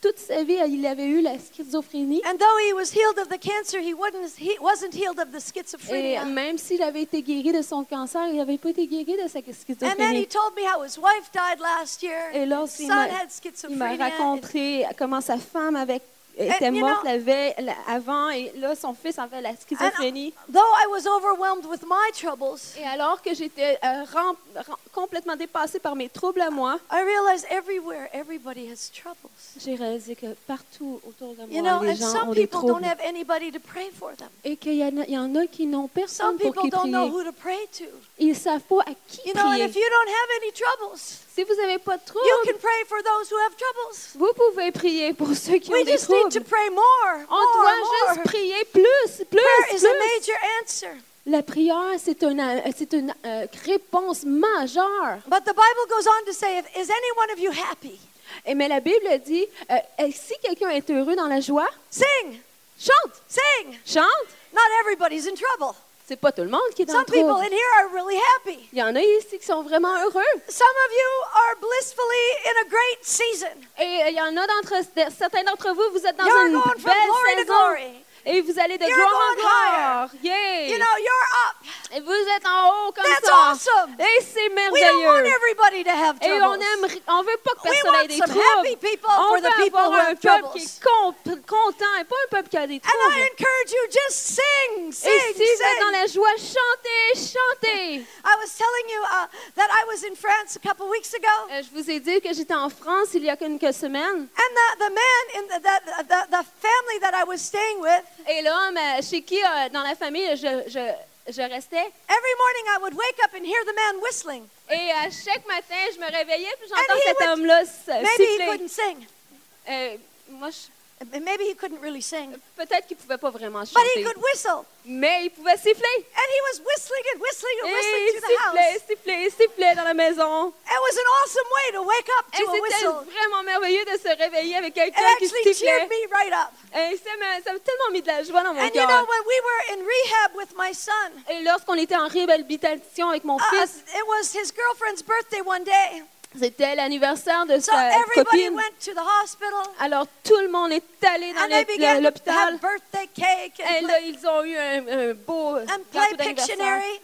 S4: toute sa vie, il avait eu la schizophrénie.
S3: And though he was healed of the cancer, he, wouldn't, he wasn't healed of the
S4: Et
S3: schizophrenia.
S4: même s'il avait été guéri de son cancer, il n'avait pas été guéri de sa
S3: And then he
S4: schizophrénie.
S3: told me how his wife died last year.
S4: Et
S3: His
S4: lorsqu'il
S3: son
S4: Eh, m'a-
S3: had
S4: Il m'a
S3: schizophrenia. Eh,
S4: raconté comment sa femme avait, était
S3: you
S4: morte
S3: know-
S4: la veille- la- avant et là, son fils avait la schizophrénie.
S3: Though I was overwhelmed with my troubles,
S4: Et alors que j'étais euh, rem- rem- complètement dépassée par mes troubles à moi,
S3: I realized everywhere everybody has troubles.
S4: j'ai réalisé que partout autour de moi,
S3: You know,
S4: les
S3: and
S4: gens ont
S3: some
S4: des
S3: people don't
S4: troubles.
S3: have anybody to pray for them.
S4: Et qu'il y, en a- il y en a qui n'ont
S3: Some
S4: personne pour
S3: people
S4: qui
S3: don't know
S4: prier.
S3: who to pray to.
S4: Ils ne savent pas à qui
S3: You know, and
S4: prier. Oh,
S3: if you don't have any troubles,
S4: Si vous n'avez pas de
S3: you can
S4: troubles,
S3: pray for those who have troubles.
S4: vous pouvez prier pour ceux qui
S3: We
S4: ont des
S3: just need to
S4: troubles.
S3: pray more,
S4: On doit
S3: more, more.
S4: juste prier plus, plus,
S3: Prayer Oh, is a
S4: plus.
S3: major answer.
S4: La prière, c'est une, euh, c'est une euh, réponse majeure.
S3: But the Bible goes on to say, "If- is any one of you happy?
S4: Et mais la Bible dit, euh, euh, si quelqu'un est heureux dans la joie,
S3: Sing,
S4: chante,
S3: sing.
S4: chante.
S3: Not everybody's in trouble.
S4: C'est pas tout le monde qui est dans
S3: Some
S4: le
S3: people
S4: trouble.
S3: in here are really happy.
S4: Il y en a ici qui sont vraiment heureux.
S3: Some of you are blissfully in a great season.
S4: Et euh, il y en a d'entre de- certains d'entre vous, vous êtes dans
S3: You're
S4: une
S3: going from glory to
S4: belle
S3: glory.
S4: saison. Et vous allez de
S3: You're
S4: gloire en
S3: going higher.
S4: gloire. Yeah.
S3: You know, you're up.
S4: Et Vous êtes en haut comme
S3: That's
S4: ça.
S3: awesome.
S4: Et c'est
S3: We don't want
S4: merveilleux.
S3: everybody to have
S4: Et on
S3: troubles.
S4: aime, on veut pas que
S3: We
S4: personne
S3: want
S4: ait des
S3: some
S4: troubles.
S3: happy people
S4: On
S3: for the
S4: veut
S3: people
S4: avoir
S3: who
S4: un
S3: have
S4: peuple qui
S3: troubles.
S4: est comp- content et pas un peuple qui a des
S3: And
S4: troubles.
S3: I encourage you, just sing,
S4: Et
S3: sing,
S4: si vous êtes
S3: sing.
S4: dans la joie, chantez, chantez.
S3: I was telling you uh, that I was in France a couple weeks ago,
S4: Euh, je vous ai dit que j'étais en France il y a quelques semaines.
S3: and the, the man in the, the, the, the family that I was staying with,
S4: Et l'homme euh, chez qui, euh, dans la famille, je, je, je restais.
S3: every morning I would wake up and hear the man whistling.
S4: Et à chaque matin, je me réveillais puis
S3: And
S4: j'entends
S3: he
S4: cet
S3: would-
S4: homme-là s-
S3: Maybe he
S4: siffler.
S3: couldn't sing. Uh,
S4: Euh, moi, je-
S3: Maybe he couldn't really
S4: Uh,
S3: sing,
S4: peut-être qu'il pouvait pas vraiment
S3: but he
S4: chanter,
S3: could whistle.
S4: mais il pouvait siffler.
S3: And he was whistling and whistling
S4: Et
S3: and whistling
S4: il
S3: through the house.
S4: sifflait, sifflait, sifflait dans la maison.
S3: It was an awesome way to wake up
S4: Et
S3: to a
S4: c'était
S3: whistle.
S4: vraiment merveilleux de se réveiller avec
S3: It
S4: quelqu'un qui
S3: actually
S4: sifflait.
S3: cheered me right up.
S4: Et ça m'a ça m'a tellement mis de la joie dans mon
S3: And you know,
S4: cœur.
S3: when we were in rehab with my son,
S4: Et lorsqu'on était en réhabilitation avec mon
S3: uh,
S4: fils,
S3: it was his girlfriend's birthday one day.
S4: c'était l'anniversaire de
S3: So
S4: sa
S3: everybody
S4: Uh, copine.
S3: went to the hospital
S4: Alors tout le monde est allé
S3: and
S4: dans
S3: they
S4: le- le-
S3: began to
S4: uh, l'hôpital.
S3: have birthday cake
S4: Et
S3: and,
S4: là,
S3: play,
S4: ils ont eu un, un beau euh,
S3: and play
S4: gâteau d'anniversaire.
S3: Pictionary.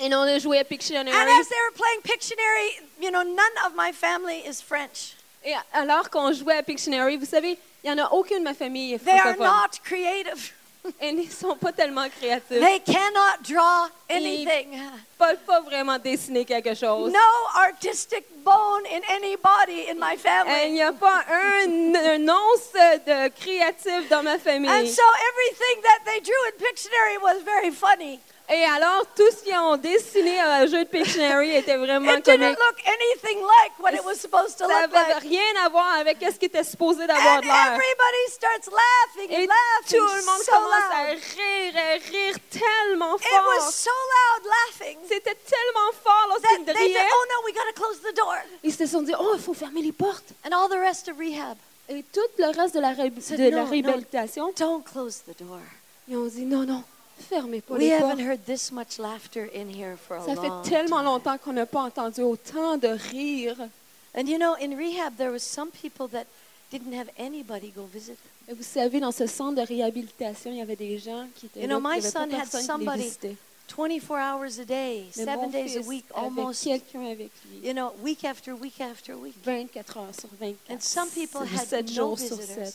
S4: Et là, on a joué à Pictionary.
S3: And as they were playing Pictionary, you know, none of my family is French.
S4: Et alors qu'on jouait à Pictionary, vous savez, il n'y en a aucune de ma famille
S3: They are
S4: francophone.
S3: not creative.
S4: Et ils ne sont pas tellement créatifs.
S3: They cannot draw anything.
S4: Ils ne peuvent pas vraiment dessiner quelque chose.
S3: No artistic bone in any body in my
S4: Et Euh, il
S3: family.
S4: n'y a pas un, un once de créatif dans ma
S3: And
S4: famille.
S3: so everything that they drew in Pictionary was very funny.
S4: Et alors, tout ce qu'ils ont dessiné à un jeu de Pictionary était vraiment
S3: It didn't
S4: comique.
S3: look anything like what it was supposed to
S4: Ça
S3: look
S4: n'avait
S3: like.
S4: rien à voir avec ce qui était supposé d'avoir
S3: And
S4: de l'air.
S3: everybody starts laughing
S4: Et
S3: and
S4: tout
S3: laughing
S4: le monde
S3: so
S4: commence à
S3: loud.
S4: rire, à rire tellement
S3: It
S4: fort.
S3: was so loud laughing
S4: C'était tellement fort
S3: that
S4: lorsqu'ils
S3: they said,
S4: riaient.
S3: "Oh no, we got to close the door."
S4: Ils se sont dit, oh, il faut fermer les portes.
S3: And all the rest of rehab,
S4: Et tout le reste de la, ré-
S3: Said,
S4: de la
S3: "Non, non.
S4: réhabilitation,
S3: don't close the door.
S4: ils ont dit, non, non, fermez pas
S3: We
S4: les
S3: haven't
S4: portes.
S3: heard this much laughter in here for a
S4: Ça
S3: long
S4: fait tellement longtemps qu'on n'a pas entendu autant de rire.
S3: And you know, in rehab, there was some people that didn't have anybody go visit. them.
S4: Et vous savez, dans ce centre de réhabilitation, il y avait des gens qui étaient
S3: You
S4: là,
S3: know,
S4: qui
S3: my
S4: n'avaient pas
S3: son had
S4: personne qui les
S3: somebody
S4: visitait.
S3: 24 hours a day,
S4: Mais
S3: seven
S4: mon
S3: days a
S4: fils
S3: week,
S4: avait
S3: almost,
S4: quelqu'un avec lui,
S3: you know, week after week after week.
S4: 24 heures sur 24,
S3: And some people had
S4: 7
S3: no
S4: jours sur
S3: visitors.
S4: 7.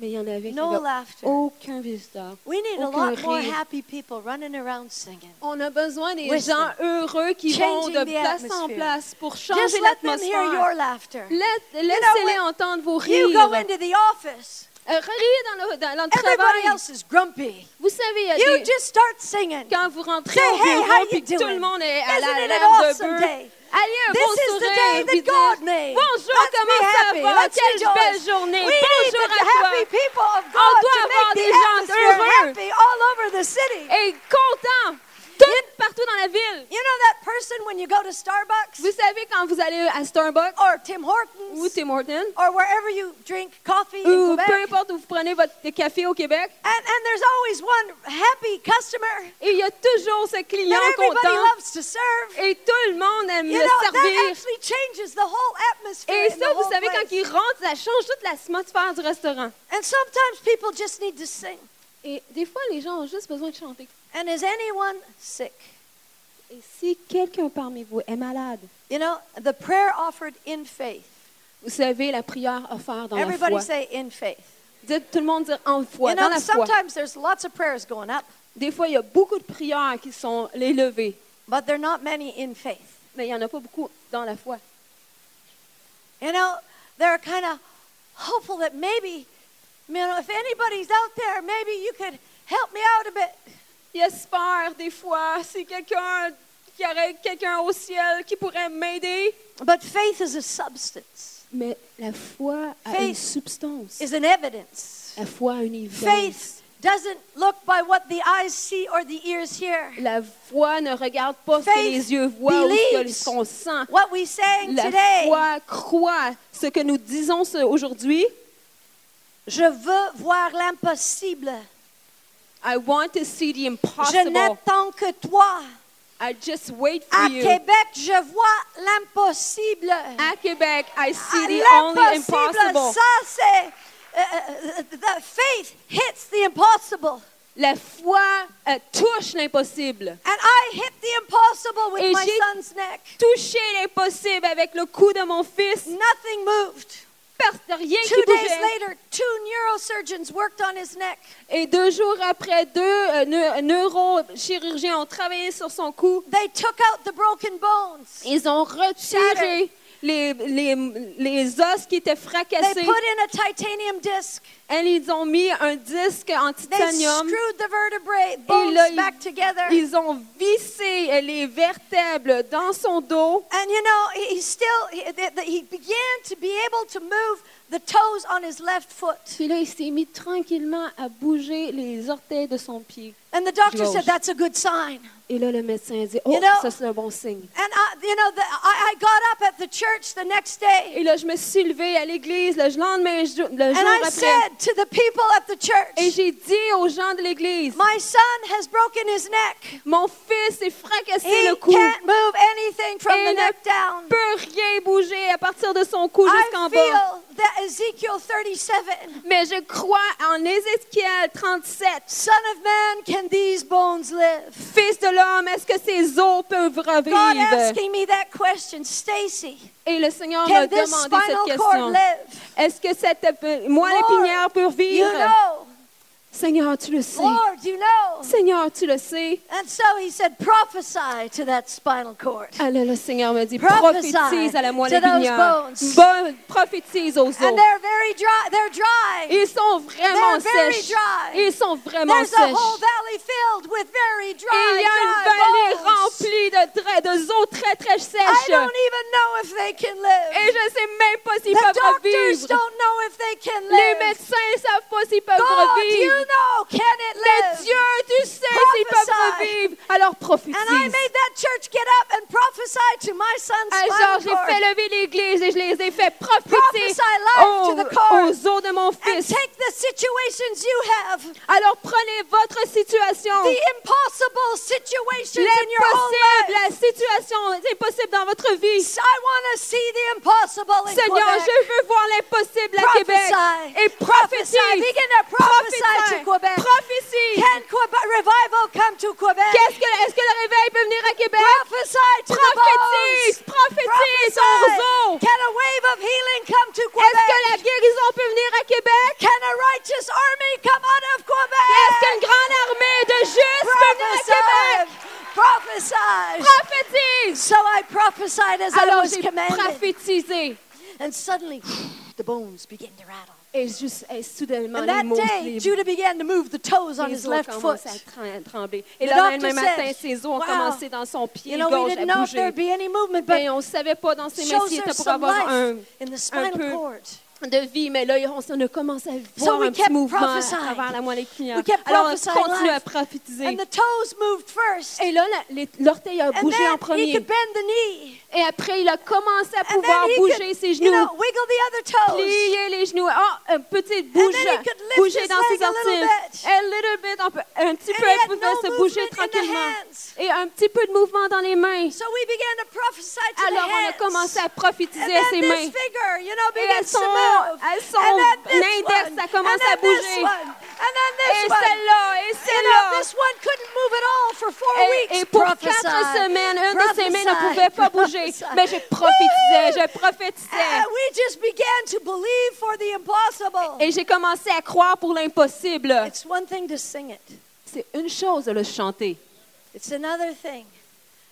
S4: Mais il y en avait qui
S3: No
S4: n'avaient
S3: laughter.
S4: aucun visiteur.
S3: We need a
S4: aucun
S3: lot more
S4: rire.
S3: happy people running around singing.
S4: On a besoin des
S3: Listen.
S4: gens heureux qui vont
S3: Changing
S4: de
S3: the
S4: place en
S3: atmosphere.
S4: place pour
S3: Just
S4: changer
S3: let them hear
S4: l'atmosphère.
S3: your laughter.
S4: Laisse- Laissez-les
S3: when
S4: entendre vos rires.
S3: You go into the office,
S4: Euh, Riez dans le, dans, dans le
S3: everybody
S4: travail.
S3: else is grumpy.
S4: Vous savez, il y a
S3: You
S4: des-
S3: just start singing.
S4: quand vous rentrez
S3: Say,
S4: au
S3: hey,
S4: bureau
S3: how
S4: puis
S3: you
S4: que tout
S3: doing?
S4: le monde est à
S3: Isn't
S4: la
S3: it an
S4: lèvre de
S3: awesome
S4: bœuf,
S3: day?
S4: allez un
S3: This
S4: beau
S3: is the day
S4: sourire
S3: that
S4: puis dire,
S3: God made.
S4: bonjour,
S3: Let's be
S4: comment ça
S3: happy.
S4: va?
S3: Let's
S4: Quelle
S3: rejoice.
S4: belle journée.
S3: We need the
S4: bonjour à toi.
S3: happy people of
S4: On
S3: God
S4: doit
S3: to
S4: avoir
S3: make the
S4: des gens
S3: atmosphere
S4: heureux.
S3: happy all over the city.
S4: Et content, tout partout dans la ville.
S3: You know that person when you go to
S4: Vous
S3: Starbucks
S4: savez, quand vous allez à Starbucks
S3: or Tim
S4: ou
S3: Hortons
S4: Tim Hortons,
S3: or wherever you drink coffee in
S4: ou peu
S3: Quebec,
S4: importe où vous prenez votre café au Québec,
S3: and, and there's always one happy customer
S4: et il y a toujours ce client
S3: that everybody
S4: content.
S3: loves to serve.
S4: Et tout le monde aime
S3: You
S4: le
S3: know, that
S4: servir.
S3: actually changes the whole atmosphere.
S4: Et
S3: in
S4: ça,
S3: the
S4: vous
S3: whole
S4: savez, quand
S3: place.
S4: ils rentrent, ça change toute l'atmosphère du restaurant.
S3: And sometimes people just need to sing.
S4: Et des fois, les gens ont juste besoin de chanter.
S3: And is anyone sick?
S4: Et si quelqu'un parmi vous est malade,
S3: You know, the prayer offered in faith.
S4: vous savez, la prière offerte dans
S3: Everybody
S4: la foi.
S3: say in faith.
S4: Dites tout le monde dire en foi,
S3: you
S4: dans
S3: know,
S4: la foi.
S3: sometimes there's lots of prayers going up,
S4: Des fois, il y a beaucoup de prières qui sont élevées,
S3: but there are not many in faith.
S4: mais il n'y en a pas beaucoup dans la foi.
S3: You know, they're kind of hopeful that maybe, you know, if anybody's out there, maybe you could help me out a bit.
S4: Il espère des fois, si quelqu'un qui aurait quelqu'un au ciel qui pourrait m'aider.
S3: But faith is a substance,
S4: Mais la foi a
S3: Faith
S4: une substance.
S3: is an evidence.
S4: La foi a une évidence.
S3: Faith doesn't look by what the eyes see or the ears hear.
S4: La foi ne regarde pas ce que
S3: Faith
S4: les yeux voient ou ce
S3: believes.
S4: que- ce qu'on sent.
S3: What we sang
S4: La
S3: today,
S4: foi croit ce que nous disons ce- aujourd'hui.
S3: je veux voir l'impossible.
S4: I want to see the
S3: Je
S4: impossible.
S3: n'attends que toi.
S4: I just wait for
S3: À
S4: you.
S3: Québec, je vois l'impossible.
S4: À Québec, I see
S3: Ah,
S4: the only
S3: L'impossible,
S4: impossible.
S3: euh, ça c'est... euh, euh, the faith hits the impossible.
S4: La foi euh, touche l'impossible.
S3: And I hit the impossible with
S4: Et
S3: my
S4: j'ai-
S3: son's neck.
S4: Toucher l'impossible avec le coup de mon fils.
S3: Nothing moved.
S4: Parce que rien qui
S3: Two days
S4: bougeait.
S3: later, two neurosurgeons worked on his neck.
S4: Et deux jours après, deux euh, neu- neurochirurgiens ont travaillé sur son cou.
S3: They took out the broken bones.
S4: Ils ont retiré les, les, les os qui étaient
S3: They put
S4: fracassés.
S3: in a titanium disc.
S4: Elles, ils ont mis un disque en
S3: They
S4: titanium.
S3: screwed the vertebrae
S4: Et
S3: bones
S4: là, ils,
S3: back together.
S4: ils ont vissé euh, les vertèbres dans son dos.
S3: And you know, he, he still he, the- the- he began to be able to move the toes on his left foot.
S4: Puis là, il s'est mis tranquillement à bouger les orteils de son pied.
S3: And the doctor
S4: Gauche.
S3: said that's a good sign.
S4: Et là, le médecin dit, oh,
S3: You know-
S4: ça c'est un bon signe.
S3: And I, you know, the, I, I got up at the church the next day
S4: Et là, je me suis levée à l'église le lendemain, jo- le
S3: and
S4: jour
S3: I
S4: après.
S3: said to the people at the
S4: Et
S3: church,
S4: j'ai dit aux gens de l'église,
S3: my son has broken his neck.
S4: mon fils est fracassé
S3: He
S4: le cou.
S3: can't move anything from
S4: Et
S3: the
S4: ne
S3: neck down.
S4: peut rien bouger à partir de son cou jusqu'en
S3: I
S4: bas.
S3: feel that Ezekiel 37,
S4: Mais je crois en Ézéchiel 37.
S3: son of man, can these bones live?
S4: Fils de l'homme, est-ce que ces os peuvent
S3: God
S4: revivre?
S3: asking me that question, Stacy.
S4: Et le Seigneur m'a
S3: Can this
S4: demandé
S3: spinal
S4: cette
S3: cord
S4: question.
S3: live?
S4: Est-ce que cette euh, moelle épinière peut
S3: You
S4: vivre?
S3: know,
S4: Seigneur, tu le sais.
S3: Lord, you know.
S4: Seigneur, tu le sais.
S3: And so he said, prophesy to that spinal cord.
S4: Alors le Seigneur me dit,
S3: Prophesy
S4: prophétise à la moelle
S3: to those
S4: épinière.
S3: bones.
S4: Bon- prophétise aux os.
S3: And they're very dry. They're dry.
S4: Ils sont vraiment
S3: They're very
S4: sèches.
S3: dry.
S4: Ils sont vraiment
S3: There's a whole
S4: sèches.
S3: valley filled with very
S4: Et il y a une
S3: dry,
S4: vallée
S3: dry bones.
S4: remplie de, tra- de eaux très très
S3: I
S4: sèches.
S3: don't even know if they can
S4: Et
S3: live.
S4: je ne sais même pas s'ils
S3: The
S4: peuvent
S3: doctors
S4: revivre.
S3: don't know if they can
S4: Les
S3: live.
S4: médecins ne savent pas s'ils peuvent
S3: God, you
S4: revivre.
S3: know, can it
S4: Mais
S3: live?
S4: Dieu, tu sais s'ils peuvent
S3: Prophesy.
S4: revivre. Alors
S3: And I
S4: prophétise.
S3: made that church get up and prophesy to my son's
S4: Alors
S3: spinal
S4: j'ai fait
S3: cord
S4: lever l'église et je les ai fait prophétiser Oh,
S3: Prophesy life to the cord.
S4: aux, aux os de mon
S3: and
S4: fils.
S3: take the situations you have,
S4: Alors prenez votre situation.
S3: the impossible situations in your own
S4: L'impossible,
S3: life.
S4: la situation impossible dans votre vie.
S3: I want to see the impossible in
S4: Seigneur,
S3: Quebec.
S4: je veux voir l'impossible à Québec.
S3: Prophesy.
S4: Et prophétise.
S3: Prophesy. Begin to prophesy to Quebec.
S4: Prophétise.
S3: Can Quebec revival come to Quebec?
S4: Qu'est-ce que, est-ce que le réveil peut venir à Québec?
S3: Prophesy to
S4: Prophétise,
S3: the bones.
S4: prophétise aux os.
S3: Can a wave of healing come to
S4: Est-ce
S3: Quebec?
S4: que la guérison peut venir à Québec?
S3: Can a righteous army come out of Quebec?
S4: Est-ce qu'une grande armée de justes peut venir à Québec?
S3: Prophesy.
S4: Prophétise.
S3: So I prophesied as I
S4: Alors
S3: was
S4: j'ai
S3: commanded.
S4: prophétisé.
S3: And suddenly, the bones began to rattle.
S4: Et juste, et soudainement,
S3: And
S4: les
S3: that
S4: mots
S3: day, Judah began to move the toes on his
S4: Les os
S3: left foot.
S4: commençaient à tre- trembler. Et
S3: The
S4: là, le
S3: doctor
S4: même matin,
S3: said,
S4: ses os ont
S3: "Wow,
S4: commencé dans son pied
S3: You know, we
S4: gauche
S3: didn't
S4: à
S3: know if
S4: bouger.
S3: there'd be any movement, but
S4: Mais on ne savait pas dans ses
S3: it
S4: mains
S3: shows
S4: s'il était
S3: there's
S4: pour
S3: some
S4: avoir Um, un,
S3: life in the spinal
S4: peu.
S3: cord.
S4: de vie. Mais là, on a commencé à voir
S3: we
S4: un petit
S3: kept
S4: mouvement à
S3: prophesying.
S4: travers la moelle épinière.
S3: We kept
S4: Alors, on
S3: prophesying
S4: continue
S3: life.
S4: à prophétiser.
S3: And the toes moved first.
S4: Et là, la- les- l'orteil a
S3: And
S4: bougé en
S3: then he
S4: premier.
S3: could bend the knee.
S4: Et après, il a commencé à
S3: And
S4: pouvoir
S3: then he
S4: bouger ses
S3: could, you
S4: genoux.
S3: know, wiggle the other toes.
S4: Plier les genoux. Ah, un petit
S3: then
S4: bouge,
S3: he could lift
S4: bouger
S3: his
S4: dans
S3: leg
S4: ses
S3: a little
S4: orteils.
S3: bit.
S4: A little bit, un, peu- un petit
S3: And
S4: peu,
S3: he
S4: elle
S3: had
S4: pouvait
S3: no
S4: se
S3: movement
S4: bouger
S3: in the
S4: tranquillement.
S3: hands.
S4: Et un petit peu de mouvement dans les mains.
S3: So we began to prophesy to the
S4: Alors, on a
S3: hands.
S4: commencé à
S3: And
S4: prophétiser à
S3: then
S4: ses
S3: this
S4: mains.
S3: figure, you know,
S4: Et
S3: begins
S4: elles sont,
S3: to move.
S4: elles sont,
S3: And then this
S4: l'index,
S3: one.
S4: ça commence à
S3: And then this
S4: bouger.
S3: one. And then this
S4: Et
S3: one.
S4: celle-là, et
S3: You know,
S4: celle-là.
S3: this one couldn't move at all for four
S4: Et-
S3: weeks.
S4: Et, pour
S3: Prophesy.
S4: quatre semaines, un de ses mains ne
S3: Prophesy.
S4: pouvait pas bouger.
S3: Prophesy. Ah,
S4: Mais je prophétisais, je prophétisais.
S3: And we just began to believe for the impossible.
S4: Et j'ai commencé à croire pour l'impossible.
S3: It's one thing to sing it.
S4: C'est une chose de le chanter.
S3: It's another thing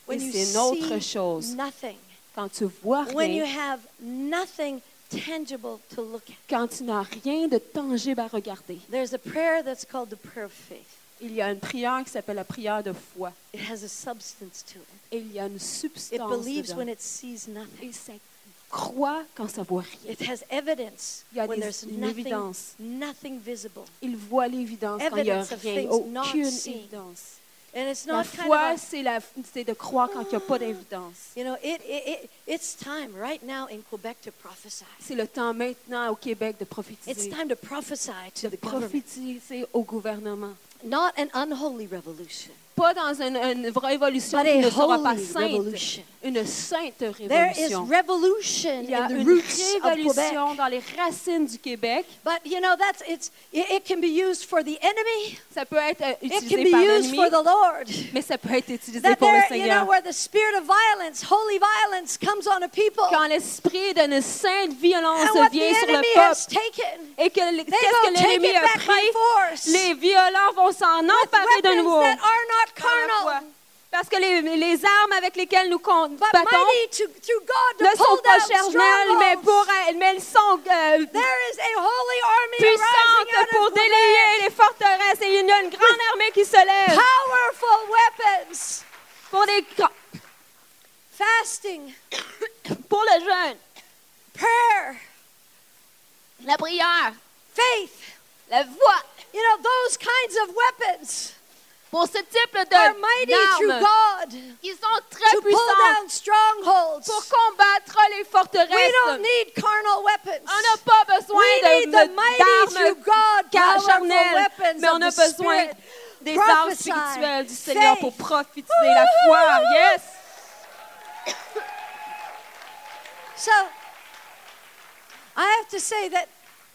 S3: when
S4: Et
S3: you
S4: c'est une autre
S3: see
S4: chose.
S3: nothing.
S4: Quand tu vois
S3: When you
S4: rien,
S3: have nothing tangible to look at.
S4: quand tu n'as rien de tangible à regarder.
S3: There's a prayer that's called the prayer of faith.
S4: Il y a une prière qui s'appelle la prière de foi.
S3: It has a substance to it.
S4: Et il y a une
S3: It
S4: substance
S3: believes
S4: dedans.
S3: when it sees nothing.
S4: Et ça croit quand ça voit rien.
S3: It has evidence
S4: Il y a
S3: when
S4: des-
S3: there's
S4: une
S3: nothing,
S4: évidence.
S3: nothing visible.
S4: Il voit l'évidence quand il n'y a
S3: Evidence of
S4: rien,
S3: things not
S4: aucune
S3: seen.
S4: évidence.
S3: And it's
S4: La
S3: not kind of
S4: foi,
S3: a,
S4: c'est la- c'est de croire quand il n'y a pas d'évidence.
S3: you know, it, it, it, it's time right now in Quebec to prophesy.
S4: C'est le temps maintenant au Québec de
S3: It's
S4: prophétiser.
S3: time to prophesy to
S4: De
S3: the government.
S4: prophétiser au gouvernement.
S3: Not an unholy revolution,
S4: pas dans une, une révolution
S3: But
S4: qui
S3: a
S4: ne sera pas
S3: holy
S4: sainte,
S3: revolution.
S4: une sainte
S3: There is
S4: révolution.
S3: revolution
S4: Il y a
S3: in the
S4: une
S3: roots of Quebec.
S4: révolution dans les racines du Québec.
S3: But you know, that's it's it, it can be used for the enemy.
S4: Ça peut être euh,
S3: It can
S4: utilisé
S3: be
S4: par
S3: used
S4: l'ennemi,
S3: for the Lord.
S4: mais ça peut être utilisé
S3: That
S4: pour le
S3: there, you know,
S4: Seigneur.
S3: where the spirit of violence, holy violence, comes on a people,
S4: Quand l'esprit d'une sainte
S3: and
S4: violence
S3: what the
S4: vient sur le
S3: enemy has
S4: peuple
S3: taken,
S4: et que
S3: they
S4: le- qu'est-ce
S3: will
S4: que
S3: take
S4: l'ennemi
S3: it
S4: a
S3: back by
S4: pris,
S3: force.
S4: les violents vont s'en emparer de
S3: Weapons
S4: nouveau.
S3: that are not
S4: Par la foi.
S3: carnal,
S4: Parce que les, les armes avec lesquelles nous con-
S3: but
S4: battons
S3: mighty to, through God
S4: ne
S3: to pull
S4: sont pas
S3: down
S4: charnelles, mais, pour,
S3: strongholds.
S4: mais elles sont euh,
S3: There is a holy army arising out
S4: puissantes
S3: of
S4: pour
S3: Quebec.
S4: délayer les forteresses. Et il y a une grande armée qui se lève
S3: Powerful weapons.
S4: pour, des gra-
S3: Fasting,
S4: pour le jeûne,
S3: prayer,
S4: la prière,
S3: faith.
S4: la voix.
S3: You know, those kinds of weapons
S4: Pour ce type
S3: are mighty through
S4: de
S3: God
S4: ils sont très
S3: to pull
S4: puissants
S3: down strongholds.
S4: pour combattre les
S3: We don't
S4: forteresses.
S3: need carnal weapons.
S4: On n'a pas besoin
S3: We
S4: de
S3: need the mighty
S4: d'armes
S3: through God
S4: car
S3: powerful
S4: charnel,
S3: weapons
S4: mais on
S3: of
S4: a
S3: the
S4: besoin
S3: Spirit.
S4: des armes
S3: Prophesy.
S4: spirituelles du Seigneur
S3: Faith.
S4: pour profiter la foi. Yes!
S3: So I have to say that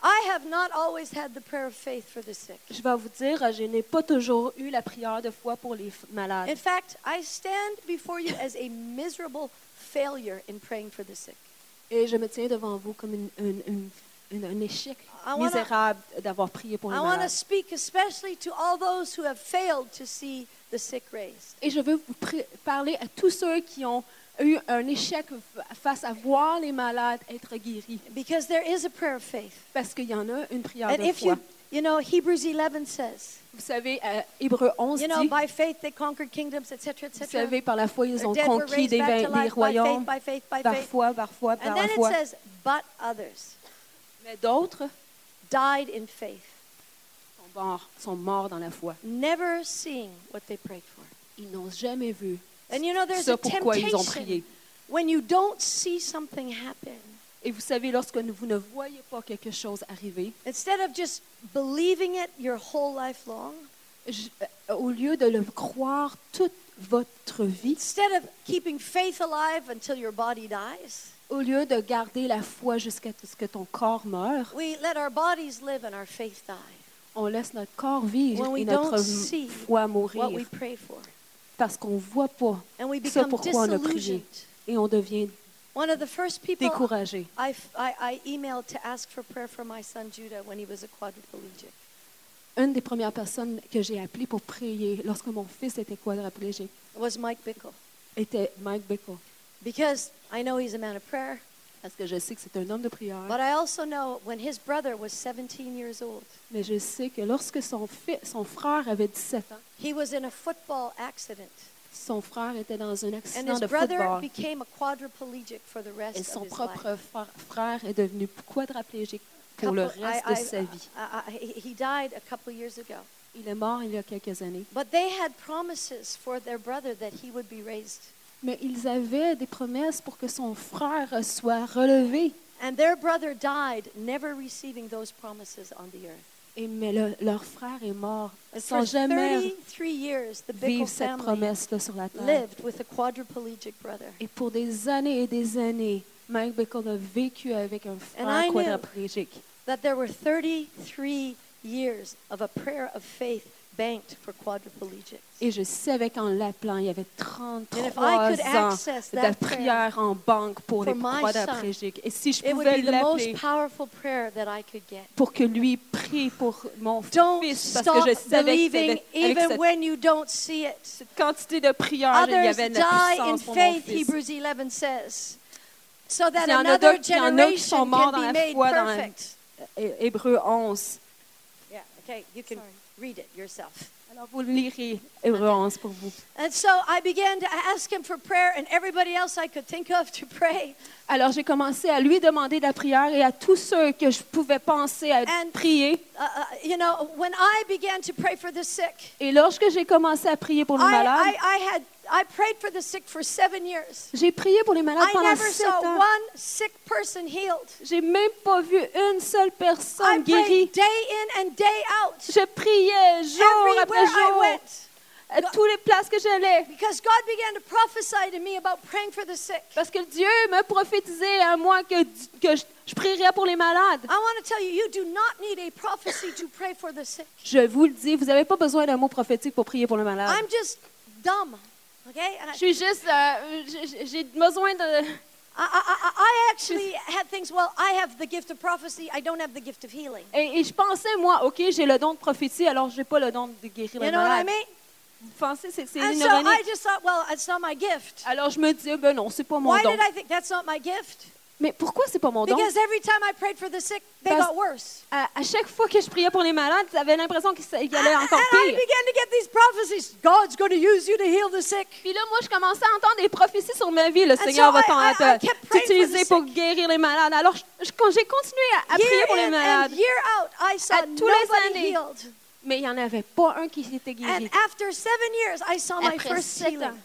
S3: I have not always had the prayer of faith for the sick.
S4: Je vais vous dire, je n'ai pas toujours eu la prière de foi pour les f-
S3: In
S4: malades.
S3: fact, I stand before you as a miserable failure in praying for the sick.
S4: Et je me tiens devant vous comme une- une- une- une- un échec
S3: I wanna-
S4: misérable d'avoir prié pour les
S3: I want to
S4: malades.
S3: speak especially to all those who have failed to see the sick raised.
S4: Et je veux vous pr- parler à tous ceux qui ont eu un échec f- face à voir les malades être guéris.
S3: Because there is a prayer of faith.
S4: Parce qu'il y en a une prière
S3: And
S4: de
S3: if
S4: foi.
S3: you, you know, Hebrews 11 says,
S4: Vous savez, euh, Hébreux 11
S3: you know,
S4: dit,
S3: by faith they conquered kingdoms, etc.,
S4: vous
S3: etc.
S4: savez, par la foi, ils
S3: Their
S4: ont
S3: dead were
S4: conquis
S3: raised
S4: des,
S3: back to
S4: vain- des
S3: life by faith,
S4: royaumes
S3: by faith, by
S4: par
S3: faith.
S4: foi, par foi, par
S3: And
S4: la
S3: then
S4: foi.
S3: it says, but others
S4: Mais d'autres
S3: died in faith,
S4: sont morts, sont morts dans la foi.
S3: never seeing what they prayed for.
S4: Ils n'ont jamais vu
S3: And you know, there's
S4: ce
S3: a
S4: pourquoi ils ont
S3: temptation
S4: prié.
S3: when you don't see something happen.
S4: Et vous savez, lorsque vous ne voyez pas quelque chose arriver,
S3: Instead of just believing it your whole life long,
S4: je- euh, au lieu de le croire toute votre vie,
S3: instead of keeping faith alive until your body dies,
S4: au lieu de garder la foi jusqu'à ce que ton corps meure,
S3: we let our bodies live and our faith die.
S4: on laisse notre corps vivre
S3: When
S4: et
S3: we
S4: notre
S3: don't
S4: m-
S3: see
S4: foi
S3: what we
S4: mourir
S3: pray for.
S4: parce qu'on ne voit pas
S3: And we
S4: ce
S3: become
S4: pourquoi on a prié
S3: disillusioned.
S4: et on devient
S3: One of the first people
S4: découragé.
S3: I, f- I- I emailed to ask for prayer for my son Judah when he was a quadriplegic.
S4: Une des premières personnes que j'ai appelées pour prier lorsque mon fils était quadriplégique
S3: was Mike Bickle
S4: était Mike Beko
S3: because I know he's a man of prayer,
S4: parce que je sais que c'est un homme de prière.
S3: but I also know when his brother was 17 years old,
S4: Mais je sais que lorsque son, fi- son frère avait 17 ans,
S3: he was in a football accident,
S4: son frère était dans un
S3: and
S4: accident
S3: his
S4: de
S3: brother
S4: football
S3: became a quadriplegic for the rest
S4: et
S3: of
S4: son
S3: his life.
S4: propre fra- frère est devenu quadriplégique pour
S3: Couple-
S4: le reste
S3: I-
S4: de
S3: I-
S4: sa vie.
S3: I- I- he- he died a couple years ago,
S4: Il est mort il y a quelques années.
S3: but they had promises for their brother that he would be raised,
S4: Mais ils avaient des promesses pour que son frère soit relevé.
S3: and their brother died never receiving those promises on the earth.
S4: Et, mais le- leur frère est mort
S3: And
S4: sans
S3: for
S4: jamais
S3: 33 years, the Bickle
S4: vivre cette
S3: family
S4: promesse-là sur la terre.
S3: lived with a quadriplegic brother.
S4: Et pour des années et des années, Mike Bacon a vécu avec un
S3: I
S4: frère
S3: knew-
S4: quadriplégique.
S3: that there were 33 years of a prayer of faith banked for quadriplegics.
S4: Et je savais qu'en l'appelant, il y avait
S3: And if
S4: 33
S3: I could
S4: ans
S3: access
S4: de
S3: that prayer,
S4: prière en banque pour
S3: for
S4: les
S3: my
S4: quadriplégiques. Et si je
S3: it would
S4: pouvais
S3: be the most
S4: l'appeler
S3: powerful prayer that I could get.
S4: pour que lui prie pour mon
S3: Don't
S4: fils, parce
S3: stop
S4: que je savais que
S3: believing
S4: c'était- avec
S3: even
S4: cette
S3: when you don't see it.
S4: quantité de prière, il y
S3: Others
S4: avait de la
S3: die in
S4: puissance pour mon
S3: faith,
S4: fils.
S3: Hebrews 11 says, so that
S4: Il y en a
S3: another
S4: d'autres- il y en a qui sont
S3: generation
S4: morts
S3: can
S4: dans la
S3: be made
S4: foi, dans la-
S3: perfect.
S4: Hé- Hébreux 11.
S3: Yeah, okay, you can read it yourself.
S4: Alors vous le lirez, Hébreux 11 pour vous.
S3: And so I began to ask him for prayer and everybody else I could think of to pray.
S4: Alors j'ai commencé à lui demander de la prière et à tous ceux que je pouvais penser à
S3: And-
S4: prier.
S3: Uh, uh, you know, when I began to pray for the sick,
S4: Et lorsque j'ai commencé à prier pour les
S3: I,
S4: malades,
S3: I, I had I prayed for the sick for seven years.
S4: j'ai prié pour les malades
S3: I
S4: pendant
S3: never
S4: sept
S3: saw
S4: ans.
S3: one sick person healed.
S4: J'ai même pas vu une seule
S3: I prayed
S4: personne guérie.
S3: day in and day out.
S4: Je priais jour
S3: Everywhere
S4: après
S3: I
S4: jour.
S3: went,
S4: à toutes les places que j'allais.
S3: Because God began to prophesy to me about praying for the sick.
S4: Parce que Dieu me prophétisait à moi que, que je, je prierais pour les malades.
S3: I want to tell you, you do not need a prophecy to pray for the sick.
S4: Je vous le dis, vous n'avez pas besoin d'un mot prophétique pour prier pour le malade.
S3: I'm just dumb, okay? And I,
S4: Je suis juste, euh, j'ai- j'ai besoin de...
S3: I, I, I- I actually had things. Well, I have the gift of prophecy. I don't have the gift of healing.
S4: Et, et je pensais, moi, OK, j'ai le don de prophétie, alors j'ai pas le don de guérir
S3: You
S4: les
S3: know what I
S4: malades.
S3: mean?
S4: Vous pensez, c'est c'est
S3: And so I
S4: ironique.
S3: just thought, well, it's not my gift.
S4: Alors je me dis, ben non, c'est pas mon
S3: Why
S4: don.
S3: did I think that's not my gift?
S4: Mais pourquoi c'est pas mon don?
S3: Because every time I prayed for the sick, they
S4: Parce-
S3: got worse.
S4: À, à chaque fois que je priais pour les malades, j'avais l'impression qu'ils s- qu'ils
S3: And,
S4: allaient
S3: and
S4: encore
S3: I
S4: pire.
S3: began to get these prophecies. God's going to use you to heal the sick.
S4: Puis là, moi, je commençais à entendre des prophéties sur ma vie. Le
S3: so
S4: Seigneur va
S3: I- I- I
S4: t'en-
S3: kept praying
S4: te-
S3: for the
S4: t'utiliser pour
S3: sick.
S4: guérir les malades. Alors, je- je- quand j'ai continué à, à prier
S3: Year
S4: pour les
S3: in and
S4: malades,
S3: year out, I saw
S4: À tous les
S3: nobody
S4: années.
S3: healed.
S4: mais il n'y en avait pas un qui s'était guéri.
S3: And after seven years, I saw my
S4: Après
S3: first
S4: sept ans,
S3: healing.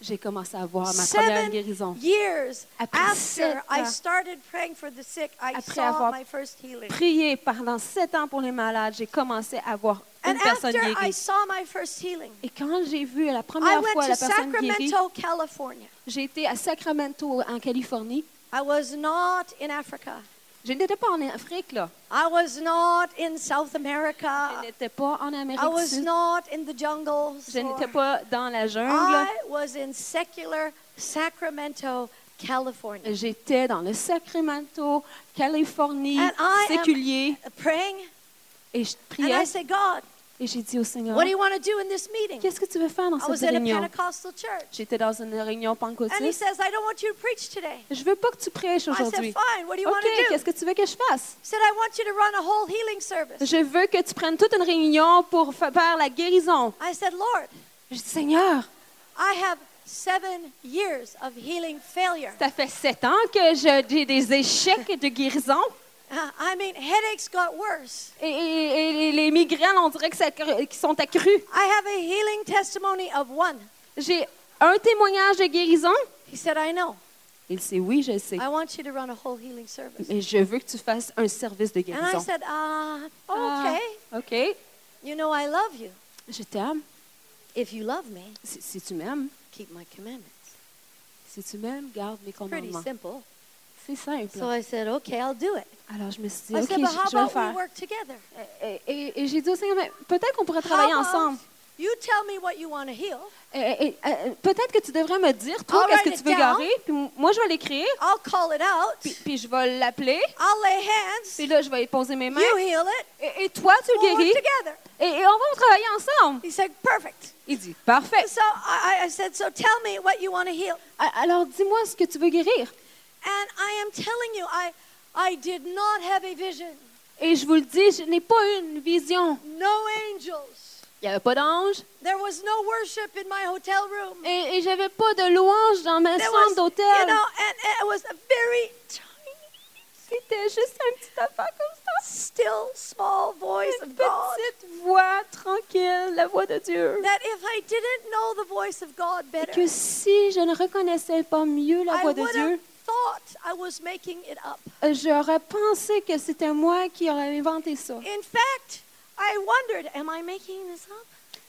S4: j'ai commencé à voir Oh, ma première
S3: Seven
S4: guérison.
S3: years
S4: Après
S3: after
S4: sept
S3: I
S4: ans.
S3: started praying for the sick, I
S4: Après
S3: saw
S4: avoir
S3: my first healing.
S4: Prier pendant sept ans pour les malades, j'ai commencé à voir une
S3: And after
S4: personne
S3: I
S4: guérie.
S3: saw my first healing,
S4: Et quand j'ai vu la
S3: I
S4: première
S3: went
S4: fois
S3: to
S4: la personne guérie,
S3: Sacramento, California.
S4: j'ai été à Sacramento, en Californie.
S3: I was not in Africa.
S4: Je n'étais pas en Afrique, là.
S3: I was not in South
S4: Je
S3: America.
S4: n'étais pas en Amérique
S3: Ah. I
S4: du
S3: was
S4: Sud.
S3: not in the jungles.
S4: Je n'étais
S3: or-
S4: pas dans la jungle.
S3: I was in secular Sacramento, California.
S4: J'étais dans le Sacramento, Californie,
S3: And I am-
S4: séculier,
S3: Praying.
S4: et je
S3: And
S4: priais
S3: I said, God,
S4: et j'ai dit au Seigneur,
S3: what do you want to do in this meeting?
S4: qu'est-ce que tu veux faire dans
S3: I was
S4: cette
S3: in a
S4: réunion?
S3: Pentecostal church.
S4: J'étais dans une réunion
S3: And he
S4: pentecôtiste.
S3: says, I don't want you to preach today.
S4: Je veux pas que tu prêches
S3: I said,
S4: aujourd'hui.
S3: fine, what do Ah, you
S4: Ok,
S3: want to do?
S4: qu'est-ce que tu veux que je fasse?
S3: He said, I want you to run a whole healing service.
S4: Je veux que tu prennes toute une réunion pour fa- faire la guérison.
S3: I said, Lord,
S4: Je dis, Seigneur,
S3: I have seven years of healing failure.
S4: ça fait sept ans que je- j'ai des échecs de guérison
S3: Uh, I mean, headaches got worse.
S4: et, et- et les migraines, on dirait que ça cre- qu'ils sont accrues.
S3: I have a healing testimony of one.
S4: J'ai un témoignage de guérison.
S3: He said, I know.
S4: Il sait, oui, je sais.
S3: I want you to run a whole healing service.
S4: Mais je veux que tu fasses un service de
S3: And I
S4: guérison.
S3: said, ah,
S4: Ah,
S3: okay.
S4: OK.
S3: You know, I love you.
S4: Je t'aime.
S3: If you love me,
S4: Si, si tu m'aimes,
S3: keep my commandments.
S4: si tu m'aimes, garde mes
S3: Pretty
S4: commandements.
S3: simple.
S4: C'est simple.
S3: So ah, I said, okay, I'll do it.
S4: Alors, je me suis dit,
S3: I
S4: OK,
S3: said, but how
S4: je, je vais le
S3: about we
S4: faire.
S3: work together?
S4: Et, et- et j'ai dit au Seigneur, mais peut-être qu'on pourrait
S3: How
S4: travailler
S3: about
S4: ensemble.
S3: you tell me what you want to heal?
S4: Et- et- et- peut-être que tu devrais me dire, toi,
S3: I'll
S4: qu'est-ce
S3: write
S4: que tu
S3: it
S4: veux
S3: down.
S4: garer, puis m- moi, je vais l'écrire,
S3: I'll call it out.
S4: puis, puis je vais l'appeler,
S3: I'll lay hands.
S4: puis là, je vais y poser mes mains,
S3: You heal it.
S4: et, et toi, tu le
S3: We'll work
S4: guéris,
S3: together.
S4: et, et on va travailler ensemble.
S3: He said, perfect.
S4: Il dit, parfait.
S3: So I, I- I said, so tell me what you want to heal.
S4: A- Alors, dis-moi ce que tu veux guérir.
S3: And I am telling you, I, I did not have a vision.
S4: Et je vous le dis, je n'ai pas eu une vision.
S3: No angels.
S4: Il n'y avait pas d'ange
S3: There was no worship in my hotel room.
S4: et, et j'avais pas de louange dans ma
S3: There
S4: chambre
S3: was,
S4: d'hôtel.
S3: you know, and, and it was a very tiny,
S4: C'était juste un petit affaire comme ça.
S3: still, small voice
S4: Une
S3: of God.
S4: petite voix tranquille, la voix de Dieu.
S3: That if I didn't know the voice of God
S4: Et que
S3: better,
S4: si je ne reconnaissais pas mieux la
S3: I
S4: voix de
S3: would have
S4: Dieu,
S3: thought I was making it up.
S4: euh, j'aurais pensé que c'était moi qui aurais inventé ça.
S3: In fact, I wondered, am I making this up?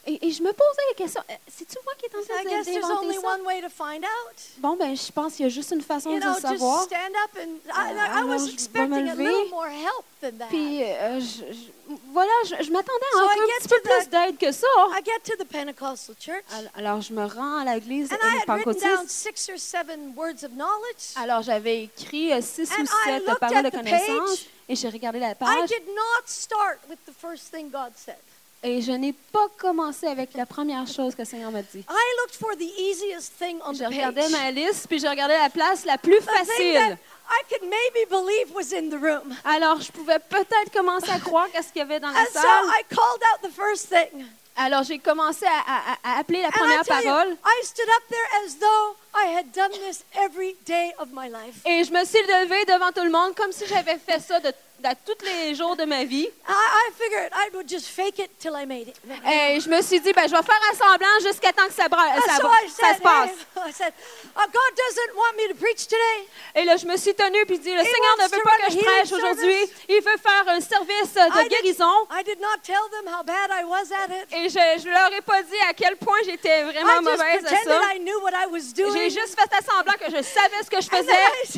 S4: Et, et je me posais la question, euh, c'est-tu moi qui est en
S3: I
S4: train
S3: guess
S4: de-
S3: there's
S4: d'inventer
S3: only
S4: ça?
S3: one way to find out.
S4: Bon, ben, je pense qu'il y a juste une façon
S3: You
S4: de le
S3: know,
S4: savoir.
S3: just stand up and I, and I
S4: Euh, alors,
S3: was
S4: je vais
S3: expecting
S4: me
S3: a little
S4: lever.
S3: more help than that.
S4: Puis, euh, je- je- voilà, je, je m'attendais à
S3: So
S4: un
S3: I
S4: peu-
S3: get
S4: petit peu
S3: to the-
S4: plus d'aide que ça.
S3: I get to the Pentecostal church
S4: Al- Alors, je me rends à l'église
S3: and I had written down
S4: pentecôtiste.
S3: six or seven words of knowledge.
S4: Alors, j'avais écrit euh, six
S3: And
S4: ou
S3: I
S4: sept
S3: looked
S4: paroles de
S3: at the page.
S4: connaissance et j'ai regardé la
S3: I
S4: page
S3: did not start with the first thing God said.
S4: et je n'ai pas commencé avec la première chose que le Seigneur m'a dit.
S3: I looked for the easiest thing on
S4: Je
S3: the page.
S4: regardais ma liste puis je regardais la place la plus
S3: The thing that
S4: facile.
S3: I could maybe believe was in the room.
S4: Alors, je pouvais peut-être commencer à croire qu'à ce qu'il y avait dans la
S3: And so
S4: salle.
S3: I called out the first thing.
S4: Alors, j'ai commencé à, à- à- à appeler la
S3: And I
S4: première
S3: tell
S4: parole
S3: you, I stood up there as though I had done this every day of my life.
S4: et je me suis levée devant tout le monde comme si j'avais fait ça de, de tous les jours de ma vie.
S3: I, I figured I would just fake it till I made it. And
S4: Et je me suis dit, ben, je vais faire un semblant
S3: Ah,
S4: jusqu'à temps que ça, bra- ça,
S3: so I
S4: ça
S3: said,
S4: se passe.
S3: "Hey," I said, "Uh, God doesn't want me to preach today.
S4: Et là, je me suis tenue puis dit, le Seigneur
S3: wants
S4: ne veut
S3: to
S4: pas
S3: run a
S4: que je
S3: healing
S4: prêche aujourd'hui.
S3: service.
S4: Il veut faire un service de
S3: I did-
S4: guérison.
S3: I did not tell them how bad I was at it.
S4: Et je ne leur ai pas dit à quel point j'étais
S3: I just
S4: vraiment mauvaise à
S3: pretended
S4: ça.
S3: I knew what I was
S4: J'ai
S3: doing.
S4: juste fait à semblant que je savais ce que je
S3: And then
S4: faisais.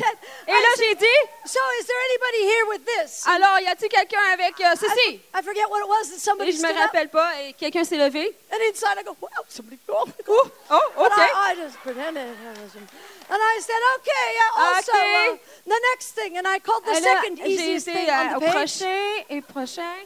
S3: I said, "Eh, I
S4: Et là,
S3: said,
S4: j'ai dit,
S3: so is there anybody here with this?
S4: alors, y a-t-il quelqu'un avec euh,
S3: I,
S4: ceci?
S3: I forget what it was that somebody
S4: Et je
S3: stood
S4: me
S3: up.
S4: rappelle pas. Et quelqu'un s'est levé.
S3: And inside I go, wow, somebody. Oh, my God.
S4: Oh, oh,
S3: But
S4: OK.
S3: I, I just pretended. I was, and I said, okay, yeah, also,
S4: Okay.
S3: uh, the next thing. And I called the
S4: Et là,
S3: second
S4: j'ai
S3: easiest thing
S4: été euh,
S3: on
S4: au
S3: the uh, page.
S4: prochain et prochain,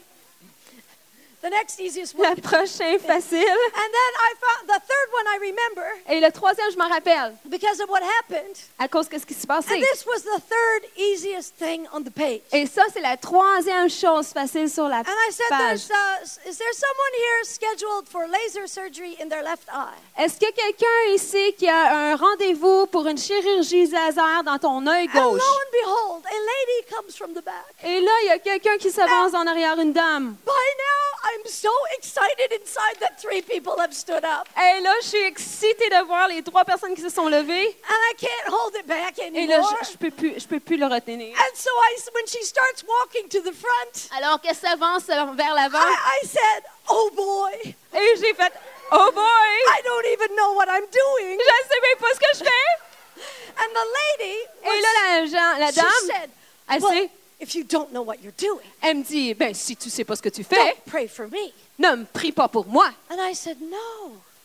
S3: The next easiest one.
S4: le
S3: And then
S4: prochain facile.
S3: I found the third one I remember
S4: Et le troisième, je m'en rappelle,
S3: because of what happened.
S4: à cause de ce qui s'est
S3: And
S4: passé.
S3: this was the third easiest thing on the page. And
S4: Et ça, c'est la troisième chose facile sur la
S3: I said,
S4: page.
S3: There's, uh, s- is there someone here scheduled for laser surgery in their left eye?
S4: Est-ce qu'il y a quelqu'un ici qui a un rendez-vous pour une chirurgie laser dans ton œil
S3: And lo and
S4: gauche?
S3: behold, a lady comes from the back.
S4: Et là, il y a quelqu'un qui s'avance en arrière, une dame.
S3: By now, I'm so excited inside that three people have stood up.
S4: Et là, je suis excitée de voir les trois personnes qui se sont levées.
S3: And I can't hold it back
S4: Et
S3: anymore.
S4: là, je, je peux plus, je peux plus le retenir.
S3: And so I, s- when she starts walking to the front,
S4: Alors qu'elle s'avance vers l'avant,
S3: I, I said, Oh boy,
S4: et j'ai fait, oh boy,
S3: I don't even know what I'm doing.
S4: je sais même pas ce que je fais.
S3: And the lady,
S4: Et
S3: was-
S4: là, la, gen- la
S3: she
S4: dame,
S3: said,
S4: elle
S3: well,
S4: sait,
S3: if you don't know what you're doing,
S4: elle me dit, ben si tu sais pas ce que tu fais,
S3: don't pray for me.
S4: ne me prie pas pour moi.
S3: And I said, No,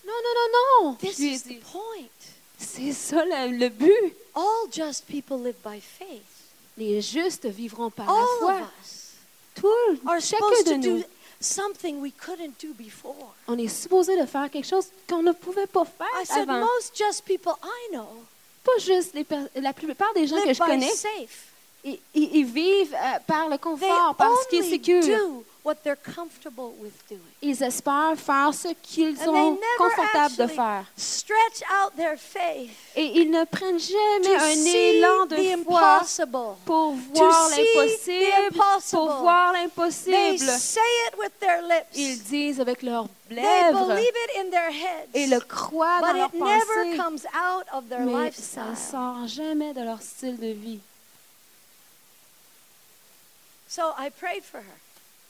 S4: Non, non, non, non.
S3: this
S4: Je lui ai
S3: is the
S4: dit,
S3: point.
S4: C'est ça le, le but.
S3: All just people live by faith.
S4: Les justes vivront par la
S3: All
S4: foi.
S3: of us
S4: Tout,
S3: are
S4: chacun
S3: supposed
S4: de
S3: to
S4: nous,
S3: do something we couldn't do before.
S4: on est supposé de faire quelque chose qu'on ne pouvait pas
S3: I
S4: faire
S3: said,
S4: avant.
S3: Most just people I know
S4: Pas juste les per- la plupart des gens que
S3: live
S4: je
S3: by
S4: connais,
S3: safe.
S4: ils, ils- ils vivent euh, par le
S3: They
S4: confort, par ce qui est
S3: only
S4: sécure.
S3: do what they're comfortable with doing.
S4: Ils espèrent faire ce qu'ils
S3: And they
S4: sont
S3: never
S4: confortables de
S3: actually
S4: faire.
S3: stretch out their faith
S4: Et ils ne prennent jamais
S3: to
S4: un
S3: see
S4: élan
S3: the
S4: de foi
S3: impossible.
S4: pour voir
S3: see the
S4: l'impossible,
S3: impossible.
S4: pour voir
S3: They
S4: l'impossible.
S3: say it with their lips.
S4: Ils disent avec leurs
S3: They
S4: lèvres
S3: believe it in their heads.
S4: et le croient dans
S3: but
S4: leurs
S3: it never
S4: pensées,
S3: comes out of their
S4: mais ça
S3: lifestyle.
S4: sort jamais de leur style de vie.
S3: So I prayed for her.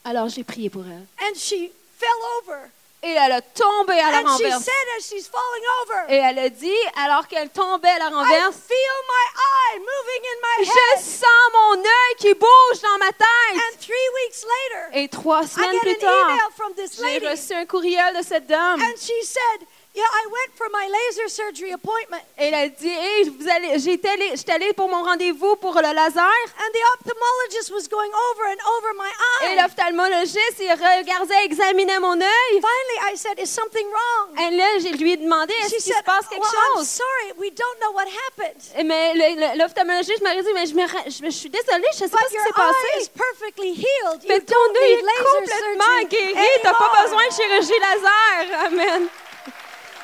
S4: Alors j'ai prié pour elle.
S3: And she fell over.
S4: Et elle a tombé à la
S3: and she
S4: renverse.
S3: said as she's falling over,
S4: Et elle a dit, alors qu'elle tombait à la
S3: I
S4: renverse,
S3: feel my eye moving in my
S4: je
S3: head.
S4: sens mon œil qui bouge dans ma tête.
S3: And three weeks later,
S4: Et trois
S3: I
S4: semaines
S3: get
S4: plus
S3: an
S4: tard,
S3: email from this
S4: j'ai
S3: lady.
S4: reçu un courriel de cette dame.
S3: And she said, Yeah, I went for my laser surgery appointment.
S4: Et elle a dit, hey, vous allez, j'étais allée, j'étais allée pour mon rendez-vous pour le laser.
S3: And the ophthalmologist was going over and over my
S4: Et
S3: eye.
S4: l'ophtalmologiste, il regardait, examinait mon œil.
S3: Finally, I said, Is something wrong?
S4: Et là, je lui ai demandé,
S3: She
S4: est-ce qu'il
S3: said,
S4: se passe quelque
S3: well, I'm
S4: chose?
S3: sorry, we don't know what happened.
S4: Et Mais le- le- l'ophtalmologiste m'a dit, mais je, me ra- je, me- je suis désolée, je ne sais
S3: But
S4: pas ce qui
S3: your
S4: s'est
S3: eye is
S4: passé.
S3: perfectly healed.
S4: Mais
S3: You
S4: ton
S3: don't
S4: œil
S3: need
S4: est
S3: laser
S4: complètement
S3: surgery
S4: guéri. Tu n'as pas
S3: anymore.
S4: besoin de chirurgie laser. Amen.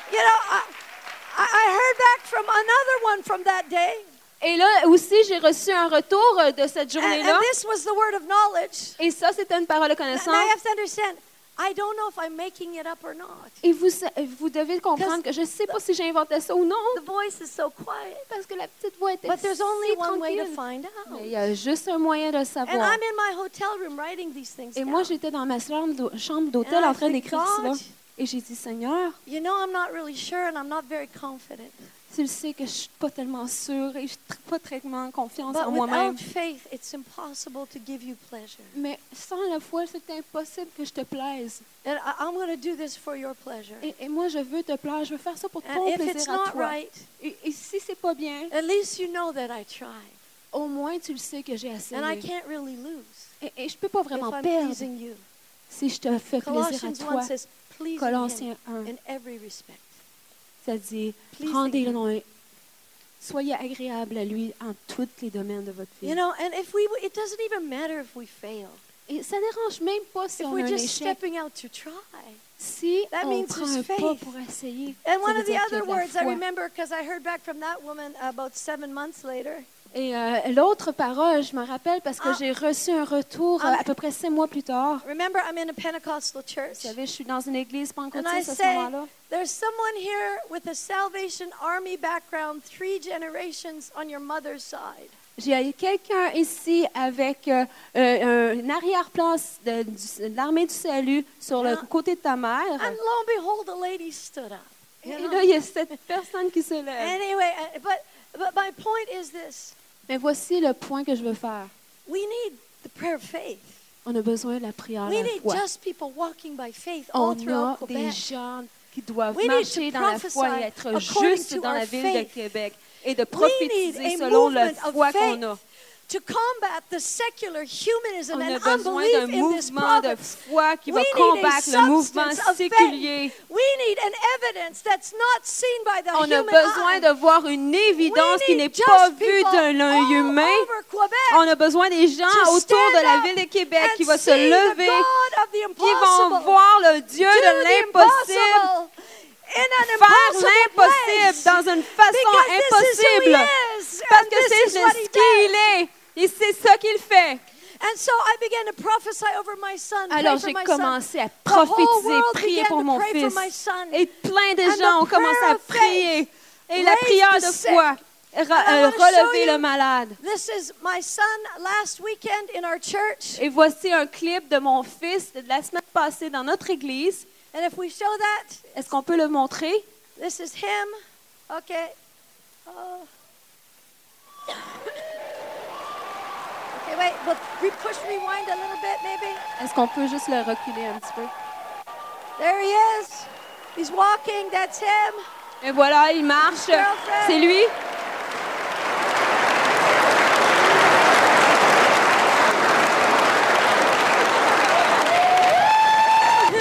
S3: You know, I, I I heard back from another one from that day.
S4: Et là aussi, j'ai reçu un retour euh, de cette
S3: And, and
S4: journée-là.
S3: this was the word of knowledge.
S4: Et ça, c'était une parole
S3: And
S4: de
S3: I
S4: connaissance.
S3: have to understand, I don't know if I'm making it up or not.
S4: Et vous, sa- vous devez comprendre que je ne sais pas si j'ai inventé ça ou non.
S3: The voice is so quiet.
S4: Parce que la petite voix était
S3: But there's
S4: si
S3: only one way to
S4: tranquille.
S3: find
S4: Mais il
S3: out.
S4: y a juste un moyen de le
S3: And
S4: savoir.
S3: I'm in my hotel room writing these things
S4: Et moi,
S3: down.
S4: j'étais dans ma chambre d'hô- chambre d'hôtel
S3: And
S4: en
S3: I
S4: train
S3: said,
S4: d'écrire
S3: God.
S4: cela. Et j'ai dit, Seigneur,
S3: You know, I'm not really sure and I'm not very confident.
S4: tu le sais que je suis pas tellement sûre et je suis tr- pas très confiance en
S3: But
S4: moi-même.
S3: without faith, it's impossible to give you pleasure.
S4: Mais sans la foi, c'est impossible que je te plaise.
S3: And I, I'm going to do this for your pleasure.
S4: Et, et moi, je veux te plaire. Je veux faire ça pour
S3: And
S4: ton
S3: if it's
S4: plaisir à
S3: not
S4: toi.
S3: right,
S4: Et, et si c'est pas bien,
S3: at least you know that I tried.
S4: Euh, au moins tu le sais que j'ai essayé.
S3: And I can't really lose
S4: Et, et je peux pas
S3: if
S4: vraiment
S3: I'm
S4: perdre
S3: pleasing you.
S4: si je te fais plaisir à
S3: Colossians 1
S4: toi.
S3: says, please him
S4: Colossiens 1,
S3: in every respect.
S4: ça dit,
S3: Pleasing
S4: rendez-le. Soyez agréable à lui en tous les domaines de votre vie.
S3: You know, and if we, w- it doesn't even matter if we fail.
S4: Et ça dérange même pas si
S3: If
S4: on a
S3: we're
S4: un
S3: just
S4: échec.
S3: stepping out to try,
S4: Si
S3: That
S4: on
S3: means
S4: prend
S3: there's
S4: un pas
S3: faith.
S4: pour essayer,
S3: And one
S4: ça veut
S3: of the
S4: dire qu'il y a
S3: other
S4: de la
S3: words I
S4: foi.
S3: remember because I heard back from that woman about seven months later.
S4: Et euh, l'autre parole, je me rappelle parce que
S3: Ah.
S4: j'ai reçu un retour
S3: Ah.
S4: euh, à peu près cinq mois plus tard.
S3: Remember, I'm in a Pentecostal church.
S4: Vous savez, je suis dans une église
S3: And I
S4: pentecôtiste à ce
S3: say,
S4: moment-là.
S3: there's someone here with a Salvation Army background, three generations on your mother's side.
S4: J'ai quelqu'un ici avec euh, euh, un arrière-plan de, du- de l'armée du salut sur le
S3: Ah.
S4: côté de ta mère.
S3: And lo and behold, the lady stood up.
S4: Et
S3: Uh-huh. you know?
S4: là, il y a cette personne qui se lève.
S3: Anyway, uh, but, but my point is this
S4: Mais voici le point que je veux faire.
S3: we need the prayer of faith.
S4: On a besoin de la prière
S3: We
S4: de la
S3: need
S4: foi.
S3: just people walking by faith all
S4: On a
S3: throughout
S4: des
S3: Quebec.
S4: gens qui doivent
S3: We need
S4: marcher
S3: to
S4: dans la
S3: prophesy
S4: foi et être
S3: according
S4: justes
S3: to
S4: dans la
S3: our
S4: ville
S3: faith.
S4: de Québec et de
S3: We need
S4: prophétiser
S3: a
S4: selon la
S3: movement
S4: foi
S3: of
S4: qu'on a.
S3: faith to combat the secular humanism
S4: On a
S3: and
S4: besoin
S3: unbelief in
S4: d'un
S3: this
S4: mouvement de
S3: province.
S4: foi qui va
S3: We need a
S4: combattre le mouvement
S3: substance of faith.
S4: séculier.
S3: We need an evidence that's not seen by the
S4: On a
S3: human
S4: besoin
S3: eye.
S4: de voir une
S3: We
S4: évidence qui
S3: need
S4: n'est
S3: just
S4: pas vue
S3: people
S4: d'un
S3: all
S4: l'œil humain.
S3: over Quebec
S4: On a besoin des gens
S3: to
S4: autour de
S3: stand
S4: la
S3: up
S4: ville de Québec qui
S3: and
S4: vont
S3: see
S4: se
S3: the
S4: lever,
S3: God of the
S4: qui vont
S3: impossible
S4: voir le Dieu
S3: do the
S4: de l'impossible
S3: impossible in an
S4: faire
S3: impossible
S4: l'impossible
S3: place.
S4: dans une façon
S3: Because this is who he
S4: impossible.
S3: is,
S4: Parce
S3: and
S4: que
S3: this
S4: c'est
S3: is what he
S4: ce qu'il est. Et c'est ça qu'il fait.
S3: And so I began to prophesy over my son. pray
S4: Alors
S3: for
S4: j'ai
S3: my son.
S4: commencé à
S3: The whole
S4: prophétiser,
S3: world
S4: prier
S3: began
S4: pour
S3: to
S4: mon
S3: pray for
S4: fils.
S3: my son.
S4: Et plein de
S3: And
S4: gens
S3: the
S4: ont commencé à
S3: prayer of
S4: prier. Et la
S3: raised
S4: prière
S3: the
S4: de
S3: sick.
S4: foi, ra-
S3: I
S4: euh,
S3: wanna show
S4: relever
S3: you-
S4: le malade.
S3: This is my son last weekend in our church.
S4: Et voici un clip de mon fils de la semaine passée dans notre église.
S3: And if we show that,
S4: Est-ce qu'on peut le montrer?
S3: this is him. Okay. Oh. okay, wait. We'll re- push rewind a little bit, maybe.
S4: Est-ce qu'on peut juste le reculer un petit peu?
S3: There he is. He's walking. That's him.
S4: Et voilà, il marche.
S3: Girlfriend.
S4: C'est lui.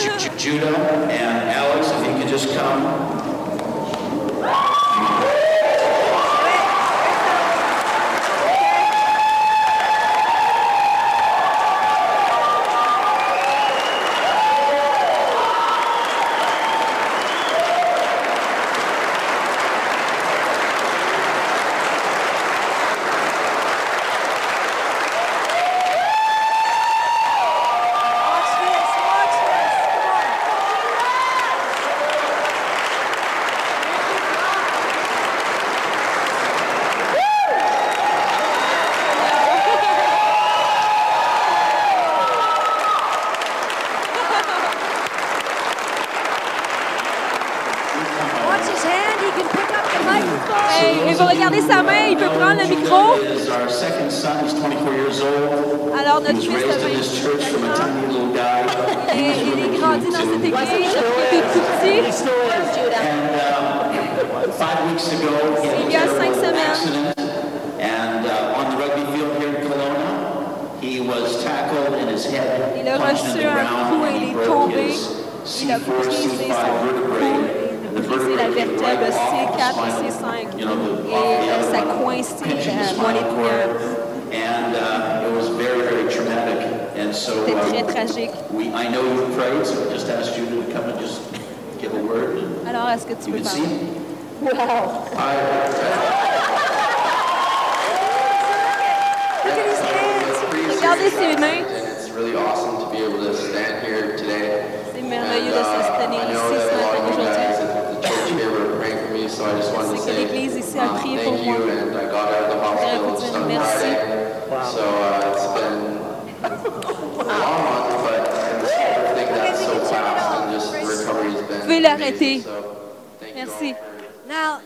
S5: Ju- Judah and Alex, if you could just come.
S3: Wait. here it comes. Okay. Watch this. Watch this. Come on. Watch his hand. He can pick up the microphone.
S4: Et, et vous regardez sa main, il peut prendre le micro.
S5: Judah is our second son. He's 24 years old.
S4: Alors
S5: He
S4: notre
S5: was
S4: fils
S5: raised in this church
S4: de
S5: from
S4: 24
S5: a
S4: ans.
S5: tiny little guy.
S4: Et il est grandi dans cette église depuis qu'il est tout petit.
S5: And um, five weeks ago, he
S4: Il y a
S5: had a
S4: cinq
S5: terrible
S4: semaines.
S5: accident. And uh, on the rugby field here in Kelowna, he was tackled and his head
S4: Il a
S5: punched in
S4: reçu
S5: the
S4: un coup
S5: ground.
S4: et
S5: and
S4: il
S5: he
S4: est
S5: broke
S4: tombé.
S5: his
S4: Il a
S5: C4,
S4: brisé son
S5: C5 vertebrae.
S4: cou, il a
S5: The
S4: brisé la
S5: vertebrae
S4: vertèbre
S5: right off the
S4: C4 et
S5: spinal-
S4: C5.
S5: you know, the-
S4: Et
S5: off the
S4: euh,
S5: other
S4: ça
S5: one.
S4: coïncide
S5: pinching the
S4: à mon
S5: spinal cord,
S4: épinière.
S5: and uh, it was very, very traumatic. And so
S4: C'était très
S5: uh,
S4: tragique.
S5: we, I know you prayed, so we just asked you to come and just give a word. And
S4: Alors, est-ce que tu
S5: you
S4: peux
S5: can
S4: parler?
S5: see.
S3: Look at his hands.
S4: Regardez ses mains.
S6: And it's really awesome to be able to stand here today.
S4: C'est merveilleux de
S6: And,
S4: se
S6: uh,
S4: tenir
S6: I
S4: ici
S6: know
S4: ce
S6: that a lot
S4: matin
S6: of you guys
S4: aujourd'hui.
S6: at the church here were praying for me, so I just wanted
S4: Je
S6: to
S4: sais que
S6: say
S4: l'église ici a
S6: um,
S4: prié pour
S6: thank you.
S4: moi.
S6: And I got out of the
S4: vous
S6: hospital
S4: dire
S6: just on
S4: merci.
S6: Friday. So uh, it's been a long month, but it's everything that's
S3: we
S6: so
S3: can turn it
S6: fast
S3: off.
S6: and just the recovery has been.
S4: Veuillez l'arrêter.
S6: amazing. So, thank you all
S4: Merci.
S6: for-
S3: Now,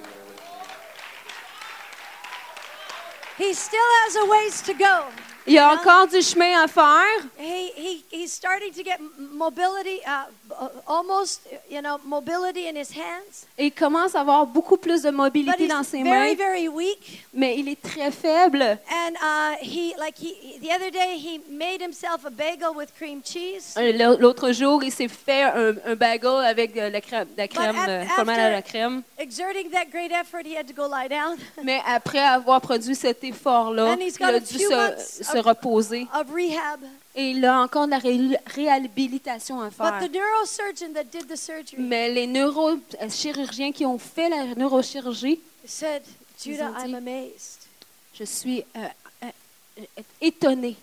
S3: he still has a ways to go.
S4: Il y a encore du chemin à faire.
S3: He, he, he's starting to get m- mobility, uh, uh, almost, you know, mobility in his hands.
S4: Il commence à avoir beaucoup plus de
S3: But
S4: mobilité
S3: he's
S4: dans ses
S3: very,
S4: mains,
S3: very weak.
S4: mais il est très faible.
S3: And uh, he, like he, he- the other day, he made himself a bagel with cream cheese.
S4: Euh, l'au- L'autre jour, il s'est fait un, un bagel avec de la crème, de la crème,
S3: at-
S4: euh, fromage à la crème.
S3: Exerting that great effort, he had to go lie down
S4: Mais après avoir produit cet effort-là,
S3: And he's
S4: il
S3: got
S4: a
S3: a
S4: dû
S3: few months
S4: se, se
S3: of-
S4: reposer.
S3: of rehab.
S4: Et il a encore de la ré- réhabilitation à
S3: But
S4: faire.
S3: the neurosurgeon that did the surgery
S4: Mais les neurochirurgiens qui ont fait la neurochirurgie,
S3: said, Judah,
S4: ont
S3: I'm
S4: dit-
S3: amazed.
S4: je suis euh, euh, euh, étonnée.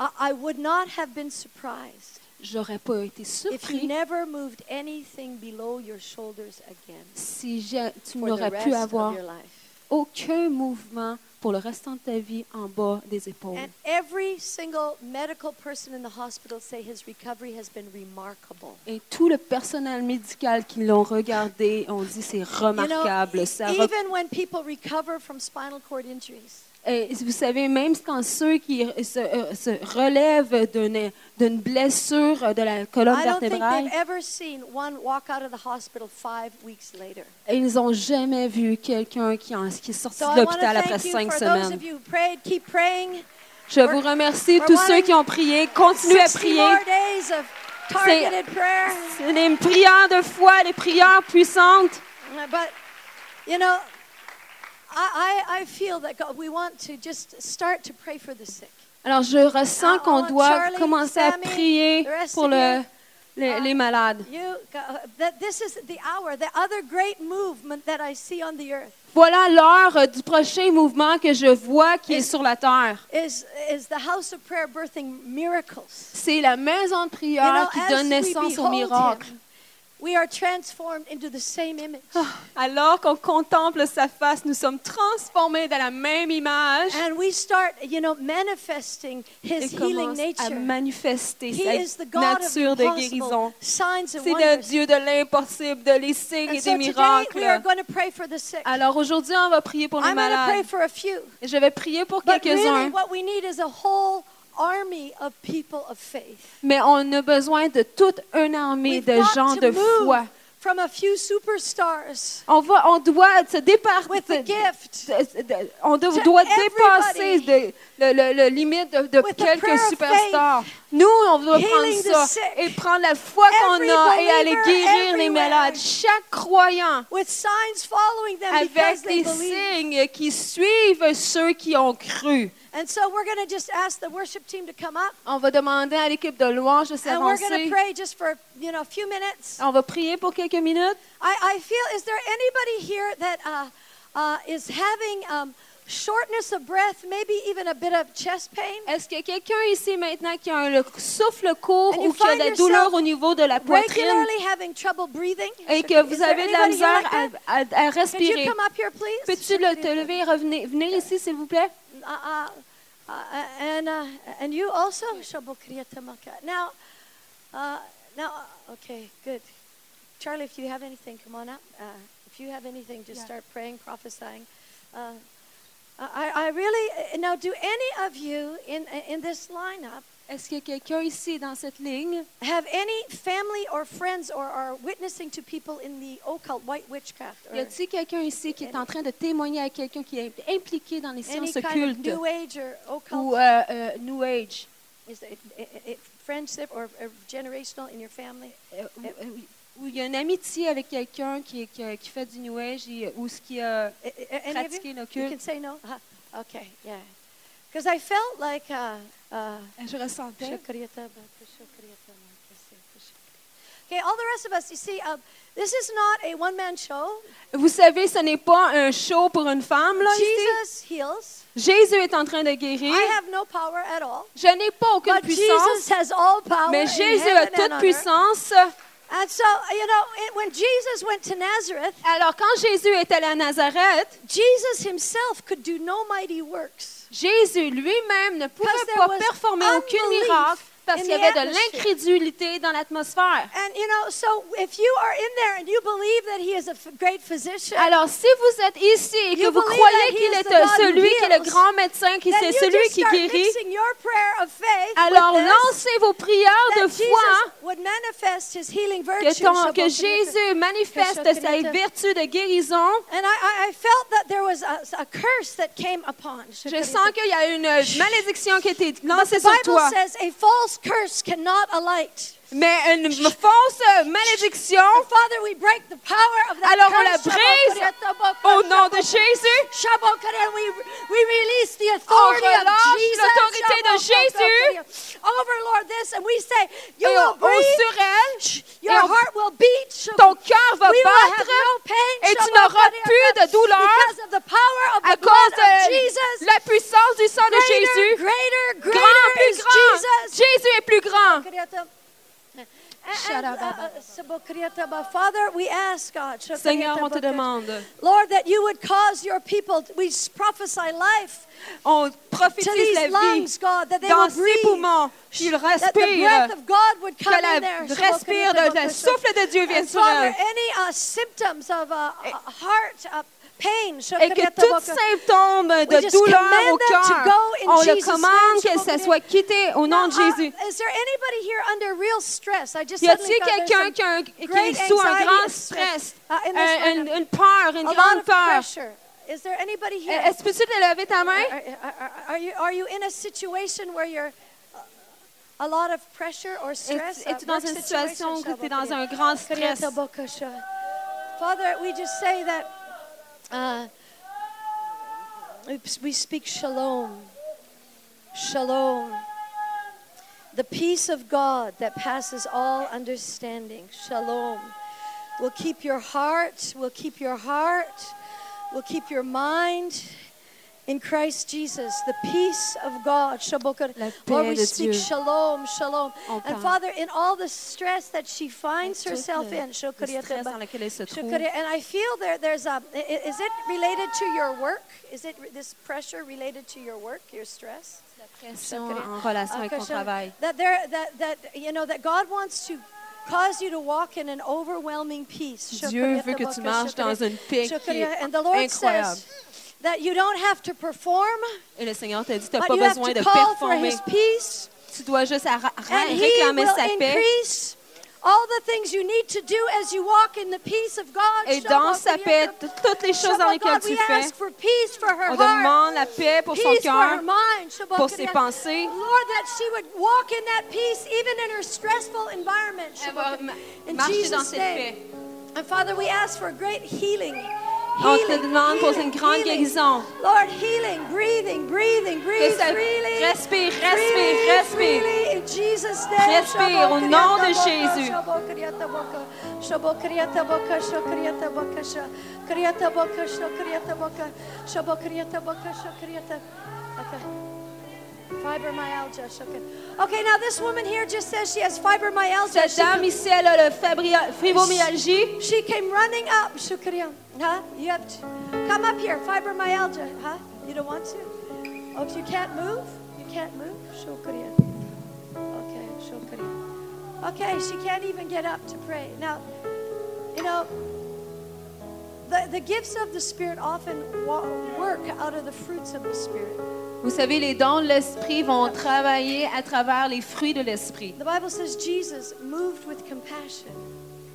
S3: I, I would not have been surprised
S4: J'aurais pas été
S3: if you
S4: surpris
S3: never moved anything below your shoulders again
S4: si j'ai- tu
S3: for the
S4: n'aurais
S3: rest
S4: pu
S3: of
S4: avoir
S3: your life.
S4: aucun mouvement pour le restant de ta vie en bas des épaules.
S3: And every single medical person in the hospital say his recovery has been remarkable.
S4: Et tout le personnel médical qui l'ont regardé ont dit c'est
S3: You know, e-,
S4: remarquable. ça re-
S3: even when people recover from spinal cord injuries,
S4: Et Euh, vous savez, même quand ceux qui se, euh, se relèvent d'une d'une blessure de la colonne
S3: I don't think
S4: vertébrale,
S3: they've ever seen one walk out of the hospital five weeks later.
S4: ils n'ont jamais vu quelqu'un qui, en- qui est sorti
S3: So I
S4: de
S3: want to
S4: l'hôpital après
S3: thank you
S4: cinq
S3: for those
S4: semaines.
S3: of you who prayed. Keep praying.
S4: Je vous remercie
S3: we're
S4: tous
S3: wanting
S4: ceux qui ont prié. Continuez à
S3: 60
S4: prier.
S3: more days of targeted prayer.
S4: C'est des prières de foi, des prières puissantes.
S3: But, you know, I, I, I feel that God, we want to just start to pray for the sick.
S4: Alors, je ressens
S3: I
S4: qu'on
S3: want
S4: doit
S3: Charlie,
S4: commencer à
S3: Sammy,
S4: prier
S3: the rest
S4: pour
S3: of
S4: le-
S3: you.
S4: les-
S3: Ah.
S4: les malades.
S3: You, God, that this is the hour, the other great movement that I see on the earth
S4: Voilà l'heure euh, du prochain mouvement que je vois qui est
S3: Et-
S4: sur la terre.
S3: is, is the house of prayer birthing miracles.
S4: C'est la maison de
S3: You know,
S4: prière qui
S3: as
S4: donne
S3: we
S4: naissance au
S3: behold
S4: miracle. Ah.
S3: him, we are transformed into the same image.
S4: Alors qu'on contemple sa face, nous sommes transformés dans la même image
S3: And we start, you know, manifesting
S4: et
S3: his healing
S4: commence à
S3: nature.
S4: manifester
S3: He is the
S4: cette
S3: God of
S4: nature de
S3: impossible
S4: guérison.
S3: signs and
S4: C'est le
S3: wonders.
S4: Dieu de l'impossible, de les signes et
S3: And
S4: des
S3: so today we are
S4: miracles.
S3: going to pray for the sick.
S4: Alors aujourd'hui, on va prier pour les
S3: I'm going to pray
S4: malades.
S3: for a few.
S4: Je vais prier pour
S3: But really
S4: quelques-uns,
S3: what we need is a whole army of people of faith.
S4: mais on a besoin de toute une armée
S3: We've
S4: de
S3: got
S4: gens
S3: to
S4: de
S3: move
S4: foi.
S3: From a few superstars
S4: On, va, on doit se départir.
S3: with the gift,
S4: de- de- on de-
S3: To
S4: doit
S3: everybody.
S4: dépasser de- le, le- le limite de, de
S3: With the prayer
S4: quelques
S3: of
S4: superstars. Nous, on doit
S3: healing the
S4: prendre
S3: sick.
S4: ça et prendre la foi qu'on
S3: Every
S4: a et aller
S3: believer
S4: guérir les
S3: everywhere.
S4: malades. Chaque croyant
S3: with signs following them because
S4: avec
S3: they
S4: des
S3: believe.
S4: signes qui suivent ceux qui ont cru.
S3: And so we're going to just ask the worship team to come up.
S4: On va demander à l'équipe de louange de
S3: And we're going to
S4: s'avancer.
S3: pray just for, you know, a few minutes.
S4: On va prier pour quelques minutes.
S3: I, I feel, is there anybody here that uh, uh, is having um, shortness of breath, maybe even a bit of chest pain?
S4: Est-ce qu'il y a quelqu'un ici maintenant qui a un le- souffle court
S3: And you
S4: ou qui a
S3: find
S4: de la
S3: yourself
S4: douleur au niveau de la poitrine
S3: Regularly having trouble breathing?
S4: et que
S3: Is
S4: vous
S3: there
S4: avez de la
S3: anybody here
S4: misère
S3: like
S4: à,
S3: that?
S4: à- à
S3: Could you
S4: respirer?
S3: come up here, please?
S4: Peux-tu le- te lever et revenir venir ici, s'il vous plaît?
S3: Uh, uh, uh, and, uh, and you also? Shabokriyatamakka. Now, uh, now, uh, okay, good. Charlie, if you have anything, come on up. Uh, if you have anything, just start praying, prophesying. Uh, I, I really, uh, now, do any of you in, uh, in this lineup
S4: Est-ce qu'il y a quelqu'un ici dans cette ligne
S3: have any family or friends or are witnessing to people in the occult, white witchcraft, or
S4: Y a-t-il quelqu'un ici qui est en train de témoigner à quelqu'un qui est impliqué dans les
S3: any
S4: sciences
S3: kind of
S4: occultes
S3: new age or occult?
S4: ou euh, euh, New Age?
S3: Is it, it, it friendship or, or generational in your family?
S4: euh, ou- euh, Ou il y a une amitié avec quelqu'un qui, est- qui, qui fait du New Age et- euh, ou ce qui
S3: A- a-
S4: a
S3: a- Any of you?
S4: pratiqué
S3: You can
S4: l'occulte?
S3: say no. Uh-huh. Okay, yeah. Because I felt like. Uh, uh,
S4: Je ressentais.
S3: okay, all the rest of us, you see, uh, this is not a one man show.
S4: Vous savez, ce n'est pas un show pour une femme, là, ici.
S3: Jesus heals.
S4: Jésus est en train de guérir.
S3: I have no power at all.
S4: Je n'ai pas aucune
S3: But Jesus
S4: puissance,
S3: has all power.
S4: mais
S3: in
S4: Jésus a
S3: heaven and
S4: toute
S3: on earth.
S4: puissance.
S3: And so, you know, it, when Jesus went to Nazareth,
S4: Alors, quand Jésus est allé à Nazareth,
S3: Jesus himself could do no mighty works.
S4: Jésus lui-même ne pouvait
S3: Because there
S4: pas
S3: was
S4: performer aucun
S3: unbelief
S4: miracle parce
S3: in
S4: qu'il y
S3: the
S4: avait de
S3: atmosphere.
S4: l'incrédulité dans l'atmosphère.
S3: And you know, so if you are in there and you believe that he is a f- great physician,
S4: Alors, si vous êtes ici et que
S3: You
S4: vous
S3: believe
S4: croyez
S3: that he
S4: qu'il
S3: is
S4: est
S3: the God who
S4: celui qui est
S3: heals,
S4: le grand médecin, qui
S3: then
S4: c'est
S3: you
S4: celui
S3: just
S4: qui
S3: start
S4: guérit,
S3: mixing your prayer of faith
S4: alors
S3: with this,
S4: lancez vos prières
S3: that
S4: de foi
S3: Jesus would manifest his healing
S4: que,
S3: virtue.
S4: ton-
S3: Shabbat
S4: que Jésus manifeste sa
S3: Shabbat.
S4: vertu de guérison.
S3: And I, I, I felt that there was a, a curse that came upon.
S4: Je sens qu'il y a une malédiction qui a été
S3: But
S4: lancée
S3: the
S4: sur
S3: Bible
S4: toi.
S3: says a false curse cannot alight.
S4: Mais une fausse malédiction,
S3: And Father, we break the power of that
S4: Alors, on la
S3: curse.
S4: brise
S3: Shabbat
S4: au nom de Jésus,
S3: Shabbat, and we, we release the
S4: on
S3: authority of
S4: relâche
S3: Jesus
S4: l'autorité de
S3: Shabbat,
S4: Jésus
S3: over, Lord,
S4: cause du sang de
S3: Greater,
S4: Jésus,
S3: greater, greater
S4: grand, plus
S3: is
S4: grand.
S3: Jesus.
S4: Jésus est plus grand.
S3: Kriyatam- And, uh,
S4: Sharababa.
S3: uh, Sabokriataba. Father, we ask God,
S4: Seigneur, on te
S3: Shabokriatabaka,
S4: demande,
S3: Lord, that you would cause your people, we s- prophesy life
S4: on
S3: to
S4: prophétise la
S3: these
S4: vie
S3: lungs, God, that they
S4: dans
S3: will
S4: ses
S3: breathe.
S4: poumons, qu'ils
S3: That the breath
S4: respirent,
S3: of God would come
S4: que
S3: in
S4: la
S3: there.
S4: respire, de, le souffle de Dieu vienne
S3: And
S4: sur elle.
S3: Father, any uh, symptoms of uh, uh, heart uh, pain,
S4: et que tout
S3: Shabokriatabaka,
S4: symptôme
S3: We
S4: de
S3: just
S4: douleur
S3: command
S4: au
S3: them to
S4: cœur,
S3: go in
S4: on le
S3: Jesus'
S4: commande
S3: name,
S4: que ça
S3: Jésus.
S4: soit quitté au nom
S3: Now,
S4: de
S3: uh,
S4: Jésus.
S3: is there anybody here under real stress? I just
S4: Y
S3: suddenly
S4: a-t-il
S3: felt there's
S4: quelqu'un
S3: some
S4: qui, a un- qui
S3: great
S4: est sous un
S3: anxiety
S4: grand
S3: and
S4: stress,
S3: uh, in this
S4: un-
S3: room.
S4: une, une peur, une
S3: a lot
S4: grande
S3: of
S4: peur? Euh,
S3: pressure. Is there anybody here?
S4: Est-ce que tu peux lever ta main?
S3: Are, are- are- are you, are you in a situation where you're uh, a lot of pressure or stress?
S4: Es-tu
S3: Uh,
S4: dans
S3: work
S4: une situation où tu es dans un
S3: situation?
S4: grand stress?
S3: Father, we just say that uh, we- we speak shalom. Shalom. The peace of God that passes all understanding. Shalom. Will keep your heart, will keep your heart, will keep your mind in Christ Jesus. The peace of God. Shabokar.
S4: La
S3: Lord,
S4: paix
S3: we
S4: de
S3: speak
S4: Dieu. Oh,
S3: shalom, shalom.
S4: On
S3: And
S4: parle.
S3: Father, in all the stress that she finds
S4: Tout le-
S3: herself in,
S4: le stress dans
S3: Shokoriyataba-
S4: lequel elle se trouve.
S3: Shokoriyat- and I feel there, there's a, i- i- is it related to your work? Is it re- this pressure related to your work, your stress?
S4: Pression en relation avec ton
S3: Akasha,
S4: travail.
S3: That there, that, that, you know, that God wants to cause you to walk in an overwhelming peace.
S4: Dieu
S3: Shokoriyataba-
S4: veut que tu marches dans
S3: Shokoriyat-
S4: une paix qui
S3: Shokoriyat.
S4: est
S3: And the Lord
S4: incroyable.
S3: says that you don't have to perform,
S4: Et le Seigneur t'a dit, tu n'as
S3: but
S4: pas
S3: you have
S4: besoin
S3: to
S4: de
S3: call for
S4: performer.
S3: His peace.
S4: Tu dois juste à- à-
S3: And he
S4: réclamer
S3: will
S4: sa paix.
S3: increase all the things you need to do as you walk in the peace of God.
S4: Et dans sa paix, t- toutes les choses
S3: Shabbat
S4: dans lesquelles
S3: God,
S4: tu
S3: we
S4: fais,
S3: ask for peace for her
S4: on
S3: heart,
S4: demande la paix pour son
S3: peace for
S4: cœur,
S3: her mind, Shabbat
S4: pour ses
S3: Kodesh.
S4: pensées.
S3: Lord, that she would walk in that peace even in her stressful environment. Shabbat
S4: Elle va
S3: Kodesh.
S4: Eh, ma-
S3: in
S4: marcher dans
S3: Jesus'
S4: cette
S3: name.
S4: paix.
S3: And Father, we ask for great healing.
S4: On te
S3: Healing,
S4: demande pour
S3: healing,
S4: une grande
S3: healing.
S4: guérison.
S3: Lord, healing, breathing, breathing,
S4: Que
S3: breathe
S4: ça-
S3: freely.
S4: respire, respire,
S3: Freely,
S4: respire.
S3: freely, in Jesus' name.
S4: Respire au nom de Jésus.
S3: Okay. Fibromyalgia. Okay. Okay, now this woman here just says she has fibromyalgia.
S4: Cette dame ici, elle a le fabri-
S3: She,
S4: fibromyalgie.
S3: she came running up. Shukriya. Huh? You have to come up here. Fibromyalgia. Huh? You don't want to? Oh, if you can't move? You can't move? Shukriya. Okay, shukriya. Okay, she can't even get up to pray. Now, you know, the, the gifts of the Spirit often wa- work out of the fruits of the Spirit.
S4: Vous savez, les dons de l'esprit vont travailler à travers les fruits de l'esprit.
S3: The Bible says Jesus moved with compassion.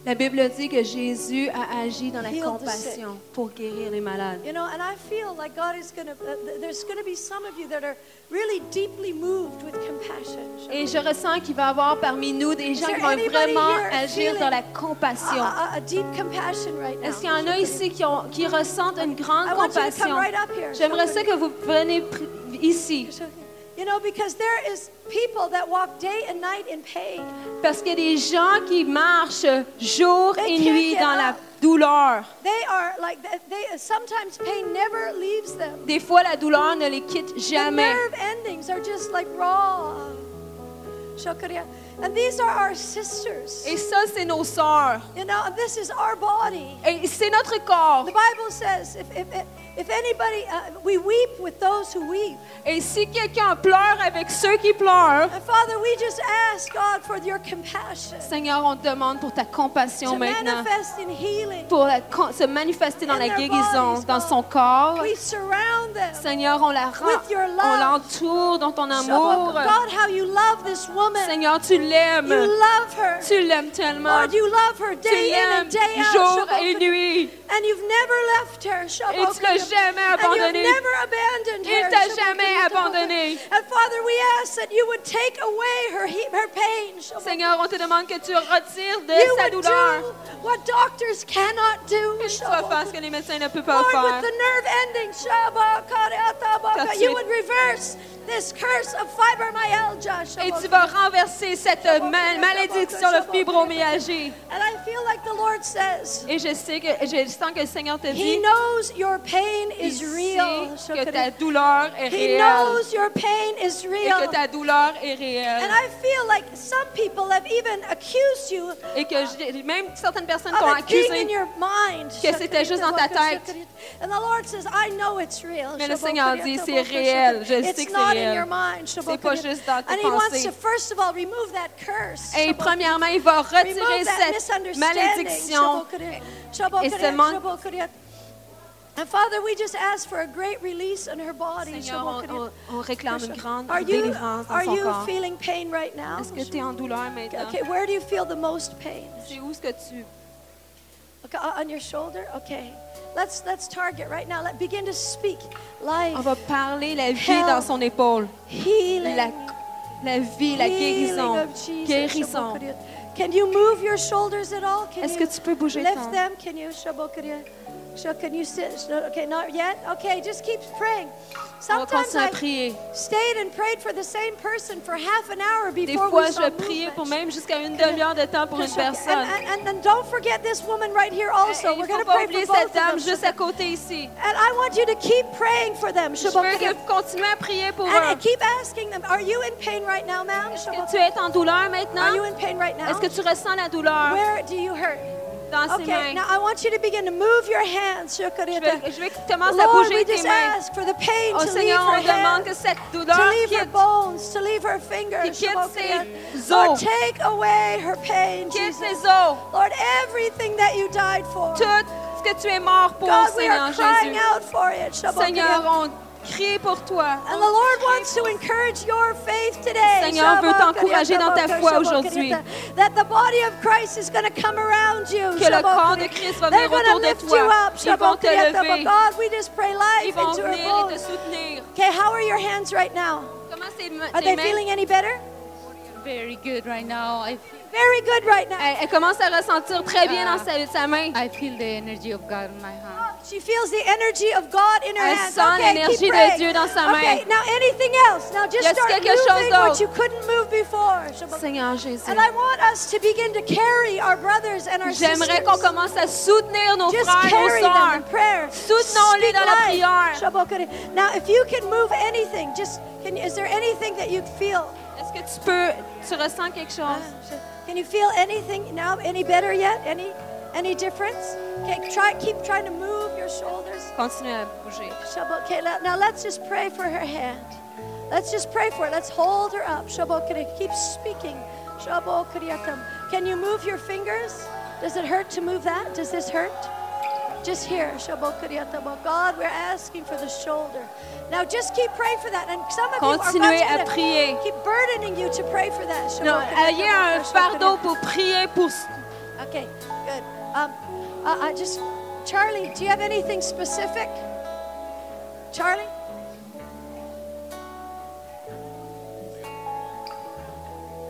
S4: La Bible dit que Jésus a agi dans la
S3: Heal the
S4: compassion pour guérir les malades.
S3: You know, and I feel like God is going to, there's going to be some of you that are really deeply moved with compassion.
S4: Et je ressens qu'il va y avoir parmi nous des gens
S3: Is there
S4: qui vont
S3: anybody
S4: vraiment
S3: here
S4: agir
S3: feeling- Ah,
S4: dans la
S3: A,
S4: compassion.
S3: a, a deep compassion right now.
S4: Est-ce qu'il y en a ici qui, ont- qui ressentent une grande
S3: I want you to
S4: compassion?
S3: come right up here.
S4: J'aimerais ça que vous veniez pr- ici.
S3: You know, because there is people that walk day and night in pain.
S4: Parce qu'il y a des gens qui marchent jour
S3: They
S4: et
S3: can't
S4: nuit
S3: get
S4: dans la
S3: up.
S4: douleur.
S3: They are like that. They sometimes pain never leaves them.
S4: Des fois, la douleur ne les quitte
S3: The
S4: jamais.
S3: nerve endings are just like raw. Shukriya. And these are our sisters.
S4: Et ça, c'est nos sœurs.
S3: You know, and this is our body.
S4: Et c'est notre corps.
S3: The Bible says, if, if, if anybody, uh, we weep with those who weep.
S4: Et si quelqu'un pleure avec ceux qui pleurent,
S3: And Father, we just ask God for your compassion
S4: Seigneur, on te demande pour ta compassion
S3: to
S4: maintenant,
S3: manifest in healing.
S4: pour la con- se manifester dans
S3: In
S4: la
S3: their
S4: guérison,
S3: bodies,
S4: dans
S3: God.
S4: son corps.
S3: We surround them.
S4: Seigneur, on la rend,
S3: With your love.
S4: on l'entoure dans ton
S3: So,
S4: amour.
S3: God, how you love this woman.
S4: Seigneur, tu l'aimes.
S3: You love her.
S4: Tu l'aimes tellement.
S3: Lord, you love her
S4: Tu
S3: day in
S4: l'aimes
S3: and day out.
S4: jour
S3: Shabbat.
S4: et nuit.
S3: And you've never left her. Shabbat.
S4: Et tu l'as jamais
S3: And
S4: abandonnée.
S3: you've never abandoned
S4: Il
S3: her.
S4: t'a
S3: Shabbat.
S4: jamais abandonnée.
S3: And Father, we ask that you would take away her, he- her pain. Shabbat.
S4: Seigneur, on te demande que tu retires
S3: you
S4: de sa
S3: would
S4: douleur.
S3: do what doctors cannot do.
S4: Que tu vas
S3: Shabbat.
S4: faire ce que les médecins ne peuvent pas
S3: Lord,
S4: faire.
S3: oh, with the nerve ending, Shabbat,
S4: T'as
S3: Kareatabaka,
S4: tué-
S3: you would reverse this curse of fibromyalgia.
S4: Et tu
S3: Shabbat.
S4: vas renverser cette ma- malédiction de fibromyalgie.
S3: And I feel like the Lord says,
S4: Et je sais que je sens que le Seigneur te
S3: He
S4: dit
S3: knows your pain
S4: il
S3: is
S4: sait
S3: real.
S4: que ta
S3: Shabbat.
S4: douleur est
S3: He
S4: réelle.
S3: knows your pain is
S4: Et
S3: real.
S4: que ta douleur est réelle.
S3: And I feel like some people have even accused you of
S4: Et que j'ai- même certaines personnes t'ont
S3: it being
S4: accusé.
S3: in your mind.
S4: que c'était juste dans ta tête.
S3: And the Lord says, I know it's real.
S4: Mais le Seigneur dit, c'est réel. Je sais
S3: It's
S4: que
S3: not
S4: c'est
S3: in
S4: réel.
S3: your mind.
S4: C'est pas juste dans tes
S3: And he wants
S4: pensées.
S3: to first of all remove that curse.
S4: Et
S3: Shabbat.
S4: premièrement, il va retirer
S3: Remove that
S4: cette
S3: misunderstanding.
S4: malédiction.
S3: Shabbat. Shabbat.
S4: et ce manque-
S3: Shabbat. And Father, we just ask for a great release in her body.
S4: Seigneur, on-
S3: Shabbat.
S4: on, on réclame une grande
S3: Are you,
S4: délivrance dans
S3: are
S4: son
S3: you
S4: corps.
S3: feeling pain right now?
S4: Est-ce que tu es en douleur maintenant?
S3: Okay, where do you feel the most pain?
S4: C'est où est-ce que tu...
S3: Okay, o- on your shoulder? Okay. Let's let's target right now. Let begin to speak life,
S4: On va parler la vie
S3: Help.
S4: dans son épaule.
S3: healing,
S4: La, la vie, la
S3: healing
S4: guérison.
S3: of Jesus.
S4: Guérison.
S3: Shabokuria. Can you move your shoulders at all? Can
S4: Est-ce
S3: you
S4: que tu peux bouger
S3: lift
S4: ton-
S3: them? Can you Shabokuria? So can you sit? No, Okay, not yet. Okay, just keep praying.
S4: On va
S3: Sometimes
S4: continuer à
S3: I
S4: prier.
S3: stayed and prayed for the same person for half an hour
S4: Des
S3: before
S4: fois,
S3: we saw
S4: je priais pour
S3: movement.
S4: même jusqu'à une demi-heure de temps pour une
S3: Okay,
S4: personne.
S3: And, and, and don't forget this woman right here
S4: Et
S3: also.
S4: Il
S3: We're
S4: ne
S3: going
S4: faut
S3: to
S4: pas
S3: pray
S4: oublier
S3: for
S4: cette
S3: both
S4: dame
S3: of them.
S4: juste à côté ici.
S3: And I want you to keep praying for them.
S4: Je veux que vous continuez à prier pour eux.
S3: And keep asking them, are you in pain right now, ma'am?
S4: Est-ce que tu es en douleur maintenant?
S3: Are you in pain right now?
S4: Est-ce que tu ressens la douleur
S3: Where do you hurt?
S4: dans ses
S3: Okay, now
S4: mains?
S3: I want you to begin to move your hands.
S4: Je veux, je veux que tu commences à
S3: Lord, we
S4: bouger tes
S3: just
S4: mains.
S3: ask for the pain
S4: Oh
S3: to leave
S4: Seigneur,
S3: her
S4: on demande
S3: hands,
S4: que cette
S3: to
S4: douleur
S3: leave her
S4: quitte,
S3: bones, to leave her fingers.
S4: Qui quitte
S3: Shabbat.
S4: ses
S3: Lord,
S4: os.
S3: take away her pain,
S4: quitte
S3: Jesus.
S4: les os.
S3: Lord, everything that you died for.
S4: Tout ce que tu es mort pour,
S3: God, we
S4: Seigneur
S3: are crying
S4: Jésus.
S3: out for it. Shabbat.
S4: Seigneur, on crie pour toi.
S3: And the Lord wants to encourage your faith today.
S4: Seigneur veut t'encourager dans ta foi
S3: Shabbat,
S4: aujourd'hui.
S3: Shabbat, That the body of Christ is going to come around you.
S4: Que le
S3: Shabbat,
S4: corps de Christ va
S3: They're
S4: venir
S3: going to
S4: autour de
S3: lift you
S4: toi.
S3: up.
S4: Ils vont
S3: Shabbat,
S4: te
S3: but
S4: lever.
S3: God, we just pray life
S4: Ils vont
S3: into her
S4: venir et te
S3: bones.
S4: soutenir.
S3: Okay, how are your hands right now?
S4: Comment tes,
S3: Are
S4: tes
S3: they
S4: mains?
S3: feeling any better?
S7: Very good right now. I feel,
S3: Very good right now.
S4: Elle, elle commence à ressentir très bien dans sa, sa main.
S7: Ah. I feel the energy of God in my hand.
S3: She feels the energy of God in her
S4: Elle
S3: hands.
S4: sent
S3: okay,
S4: l'énergie
S3: keep
S4: de
S3: praying.
S4: Dieu dans sa main.
S3: Okay, now anything else? Now just
S4: Y a-t-il
S3: start
S4: quelque chose
S3: moving what
S4: d'autre?
S3: you couldn't move before. Shabbat.
S4: Seigneur Jésus,
S3: And I want us to begin to carry our brothers and our
S4: j'aimerais
S3: sisters.
S4: qu'on commence à soutenir nos
S3: Just
S4: frères
S3: carry
S4: et nos
S3: them in
S4: sœurs.
S3: prayer.
S4: Soutenons-les
S3: Speak
S4: dans la
S3: life.
S4: prière.
S3: Shabbat. Now, if you can move anything, just can, is there anything that you feel?
S4: Est-ce que tu peux, tu ressens quelque chose?
S3: Ah, Can you feel anything now? Any better yet? Any any difference? Okay, try keep trying to move your shoulders.
S4: Continue à bouger.
S3: Shabbat. Okay, let- now let's just pray for her hand. Let's just pray for it. Let's hold her up. Shabbat. Keep speaking. Shabbat. Can you move your fingers? Does it hurt to move that? Does this hurt? Just here. Shabbat. God, we're asking for the shoulder. Now just keep praying for that. And some of you are
S4: Continuez
S3: God's
S4: à
S3: gonna
S4: prier.
S3: Keep burdening you to pray for that.
S4: Non,
S3: Shabbat.
S4: ayez un fardeau pour prier pour.
S3: Okay, good. Um, uh, I just, Charlie, do you have anything specific? Charlie?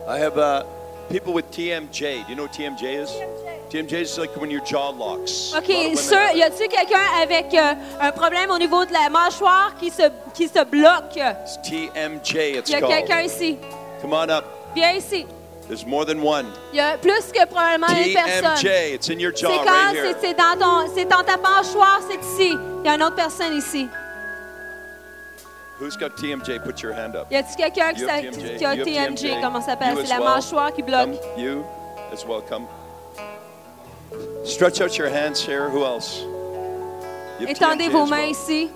S1: I have uh, people with TMJ. Do you know what TMJ is?
S3: TMJ.
S1: TMJ is like when your jaw locks. A lot
S4: Ok,
S1: of women
S4: sûr,
S1: have
S4: y a-t-il quelqu'un avec euh, un problème au niveau de la mâchoire qui se, qui se bloque?
S1: it. It's TMJ, it's
S4: Y a
S1: called.
S4: quelqu'un ici.
S1: Come on up.
S4: Viens ici.
S1: There's more than one.
S4: Il y a plus que probablement une personne.
S1: TMJ, it's in your
S4: C'est
S1: jaw
S4: quand
S1: right
S4: c'est-
S1: here.
S4: c'est dans ton, c'est dans ta mâchoire, c'est ici. Il y a une autre personne ici.
S1: Who's got TMJ? Put your hand up.
S4: Y a-t-il quelqu'un qui,
S1: You have
S4: s'a-
S1: TMJ.
S4: qui a
S1: You have
S4: TMJ? Comment ça s'appelle?
S1: You
S4: C'est
S1: as
S4: la
S1: well.
S4: mâchoire qui bloque.
S1: Come, you as well. Come. Stretch out your hands here. Who else? You have
S4: Étendez
S1: TMJ
S4: vos
S1: as well.
S4: mains ici.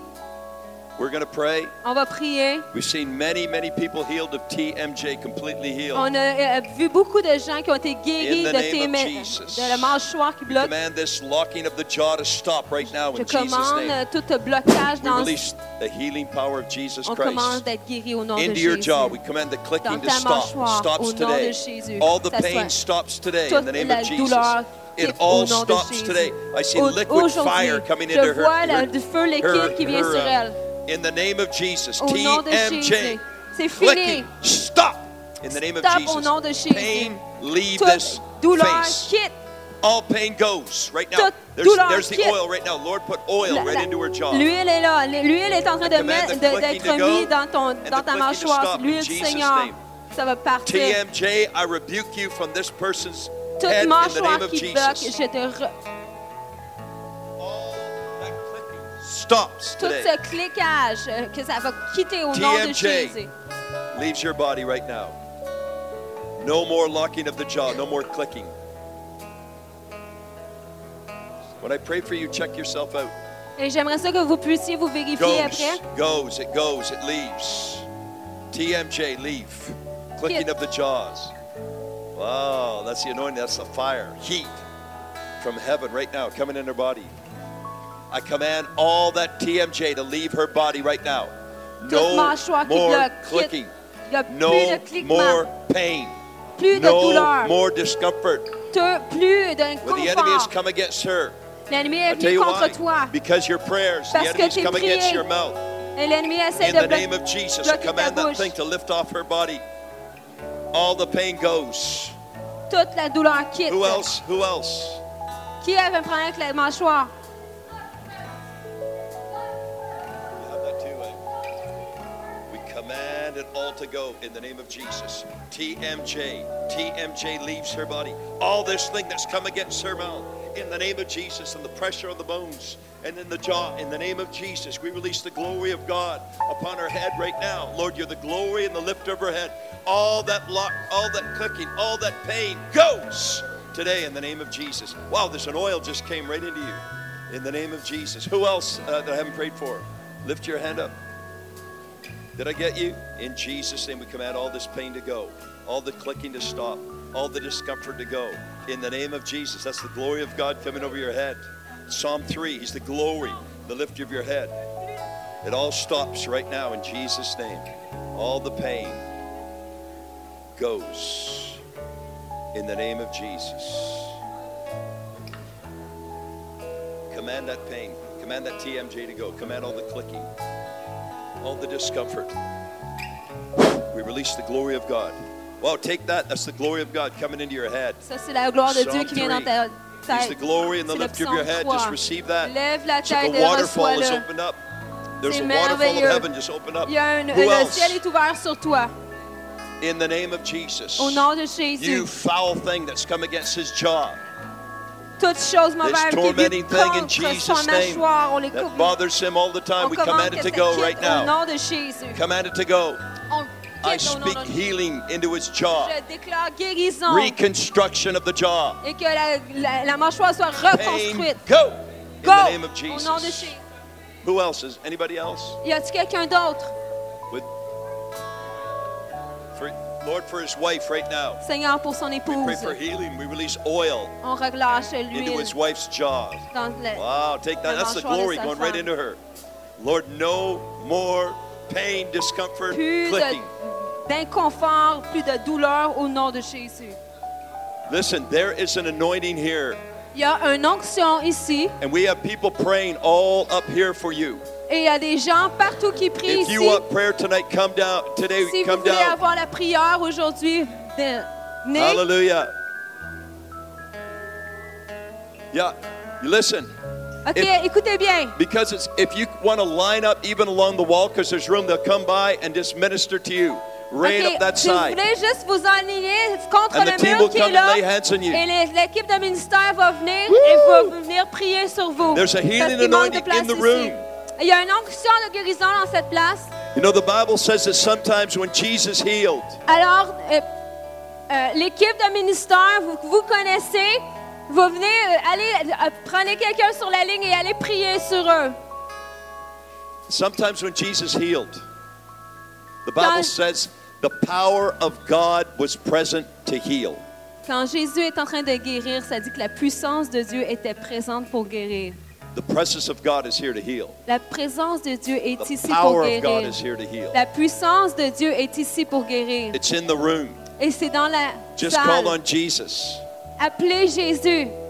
S1: We're going to pray.
S4: On va prier.
S1: We've seen many, many people healed of TMJ, completely healed.
S4: On a euh, vu beaucoup de gens qui ont été guéris
S1: In the
S4: de, tes
S1: name of
S4: ma-
S1: Jesus.
S4: de la mâchoire qui bloque.
S1: Command this locking of the jaw to stop right now
S4: Je
S1: in Jesus'
S4: commande euh,
S1: name.
S4: tout blocage
S1: We
S4: dans
S1: release the healing power of Jesus
S4: On commande
S1: Christ
S4: d'être guéri au nom de
S1: into
S4: Jésus.
S1: your jaw. We command the
S4: Dans
S1: clicking to
S4: ta
S1: stop.
S4: mâchoire,
S1: Stops
S4: au nom de
S1: today.
S4: Jésus.
S1: All the
S4: Ça
S1: pain
S4: soit
S1: stops today in
S4: toute
S1: the name
S4: la
S1: of Jesus.
S4: douleur
S1: It
S4: quitte
S1: all
S4: au nom de
S1: stops
S4: Jésus.
S1: today. I see
S4: Au-
S1: liquid fire
S4: aujourd'hui,
S1: coming
S4: je
S1: into her.
S4: vois la-
S1: her-
S4: du feu liquide qui vient
S1: her,
S4: sur
S1: uh,
S4: elle.
S1: In the name of Jesus.
S4: Au nom de
S1: TMJ.
S4: Jésus. C'est fini.
S1: Clicking. Stop. In the name of
S4: Stop au
S1: Jesus.
S4: nom de Jésus.
S1: Pain, leave this
S4: Toute douleur
S1: face.
S4: quitte
S1: All pain goes right now.
S4: Toute
S1: There's,
S4: douleur
S1: there's the
S4: quitte.
S1: oil right now. Lord, put oil
S4: La-
S1: right
S4: la-
S1: into her jaw.
S4: L'huile est là. L'huile est en train de
S1: command the
S4: mettre- de-
S1: clicking
S4: d'être
S1: to go
S4: mise dans, ton,
S1: the
S4: dans ta
S1: clicking to
S4: mâchoire.
S1: stop in
S4: L'huile du
S1: Jesus'
S4: Seigneur,
S1: name.
S4: ça va partir.
S1: TMJ, I rebuke you from this person's head
S4: Toute
S1: in the
S4: mâchoire
S1: name of
S4: qui bloque,
S1: Jesus.
S4: je te re-
S1: All that clicking stops
S4: tout
S1: today.
S4: ce cliquage, euh, que ça va quitter au nom de
S1: TMJ.
S4: Jésus.
S1: Leaves your body right now. No more locking of the jaw. No more clicking. When I pray for you, check yourself out.
S4: Et j'aimerais ça que vous puissiez vous vérifier
S1: goes,
S4: après.
S1: goes, it goes, it leaves. TMJ, leave. Clicking of the jaws. Wow, that's the anointing. That's the fire, heat from heaven right now coming in her body. I command all that TMJ to leave her body right now.
S4: Toute
S1: No
S4: mâchoire qui
S1: more
S4: bloque, quitte.
S1: clicking.
S4: Il n'y a plus
S1: No
S4: de cliquement,
S1: more pain.
S4: plus de
S1: No
S4: douleur,
S1: more discomfort.
S4: te- plus
S1: When the enemy has
S4: d'inconfort.
S1: come against her,
S4: L'ennemi
S1: I
S4: est
S1: tell
S4: venu
S1: you
S4: contre
S1: why.
S4: toi.
S1: Because your prayers, the
S4: Parce que
S1: enemy's
S4: tes
S1: come against
S4: prières-
S1: your mouth.
S4: Et l'ennemi essaie
S1: In
S4: de
S1: the name
S4: bloquer.
S1: of Jesus, I
S4: bloquer ta
S1: command that
S4: bouche.
S1: thing to lift off her body. All the pain goes.
S4: Toute la douleur quitte.
S1: Who else? Who else?
S4: Qui avait un problème avec la mâchoire?
S1: You have that too, eh? We command it all to go in the name of Jesus. TMJ. TMJ leaves her body. All this thing that's come against her mouth in the name of Jesus and the pressure on the bones and in the jaw in the name of Jesus. We release the glory of God upon her head right now. Lord, you're the glory and the lifter of her head. All that lock, all that clicking, all that pain goes today in the name of Jesus. Wow, there's an oil just came right into you in the name of Jesus. Who else uh, that I haven't prayed for? Lift your hand up. Did I get you? In Jesus' name, we command all this pain to go, all the clicking to stop, all the discomfort to go. In the name of Jesus, that's the glory of God coming over your head. Psalm 3, He's the glory, the lift of your head. It all stops right now in Jesus' name. All the pain goes in the name of Jesus. Command that pain, command that TMJ to go, command all the clicking all the discomfort. We release the glory of God. Wow, take that. That's the glory of God coming into your head.
S4: Ça, c'est la gloire de
S1: Psalm
S4: Dieu qui vient dans ta
S1: He's the
S4: tête.
S1: glory and the
S4: C'est le
S1: lift of your
S4: psaume
S1: head.
S4: 3.
S1: Just receive that.
S4: Lève la
S1: It's like
S4: tête
S1: a
S4: et
S1: waterfall has
S4: reçois-le.
S1: opened up. There's
S4: C'est
S1: a waterfall of
S4: merveilleux.
S1: heaven just opened up.
S4: Il y a un-
S1: Who
S4: le
S1: else?
S4: ciel est ouvert sur toi.
S1: In the name of Jesus.
S4: Au nom de
S1: You
S4: Jésus,
S1: foul thing that's come against his jaw,
S4: toutes choses mauvaises qui
S1: tormenting
S4: viennent
S1: thing in
S4: contre
S1: Jesus'
S4: son
S1: name
S4: mâchoire, on les coupe.
S1: that bothers him all the
S4: On
S1: time, we command
S4: commande que
S1: it to
S4: ça
S1: go right
S4: quitte
S1: now.
S4: au nom de Jésus.
S1: Command it to go.
S4: On
S1: I
S4: quitte au nom
S1: speak
S4: de Jésus.
S1: healing into his jaw,
S4: Je déclare guérison
S1: reconstruction of the jaw.
S4: et que la, la- la mâchoire soit
S1: pain,
S4: reconstruite.
S1: go in
S4: Go! Oh,
S1: the name of
S4: Au nom de
S1: Jesus.
S4: Jésus.
S1: Who else is anybody else?
S4: Y a-t-il quelqu'un d'autre?
S1: With for, Lord for his wife right now.
S4: Seigneur, pour son
S1: We pray
S4: épouse,
S1: for healing. We release oil
S4: on relâche
S1: into
S4: l'huile
S1: his wife's jaw.
S4: dans le-
S1: Wow, take that.
S4: Le
S1: That's the
S4: mâchoire de
S1: glory
S4: sa
S1: going right
S4: femme.
S1: into her. Lord, no more pain, discomfort,
S4: plus
S1: clicking.
S4: de- d'inconfort, plus de douleur au nom de Jésus.
S1: Listen, there is an anointing here,
S4: Il y a une onction ici
S1: and we have people praying all up here for you.
S4: et il y a des gens partout qui prient
S1: If
S4: ici.
S1: you want prayer tonight, come down. Today,
S4: Si vous
S1: come
S4: voulez
S1: down.
S4: avoir la prière aujourd'hui, venez.
S1: Hallelujah. Yeah, you listen,
S4: OK,
S1: If-
S4: écoutez bien.
S1: because it's if you want to line up even along the wall, because there's room, they'll come by and just minister to you right
S4: OK,
S1: up that
S4: si vous
S1: side.
S4: voulez juste vous aligner contre
S1: And the
S4: le
S1: team
S4: mur
S1: will
S4: qui est
S1: come
S4: là,
S1: and lay hands on you.
S4: et les- l'équipe de ministère va venir et va venir prier sur vous.
S1: There's a healing
S4: parce qu'il manque de
S1: anointing
S4: place
S1: in the
S4: ici.
S1: room.
S4: Il y a une onction de guérison dans cette place.
S1: You know, the Bible says that sometimes when Jesus healed,
S4: Alors, euh, euh, l'équipe de ministère, vous, vous connaissez, vous venez, euh, allez, euh, prenez quelqu'un sur la ligne et allez prier sur eux.
S1: sometimes when Jesus healed, the Bible
S4: Dans-
S1: says the power of God was present to heal.
S4: Quand Jésus est en train de guérir, ça dit que la puissance de Dieu était présente pour guérir.
S1: The presence of God is here to heal.
S4: La présence de Dieu est
S1: The
S4: ici pour
S1: power of God
S4: guérir.
S1: is here to heal.
S4: La puissance de Dieu est ici pour guérir.
S1: It's in the room.
S4: Et c'est dans la
S1: Just call
S4: salle.
S1: on Jesus.
S4: Appelez Jésus.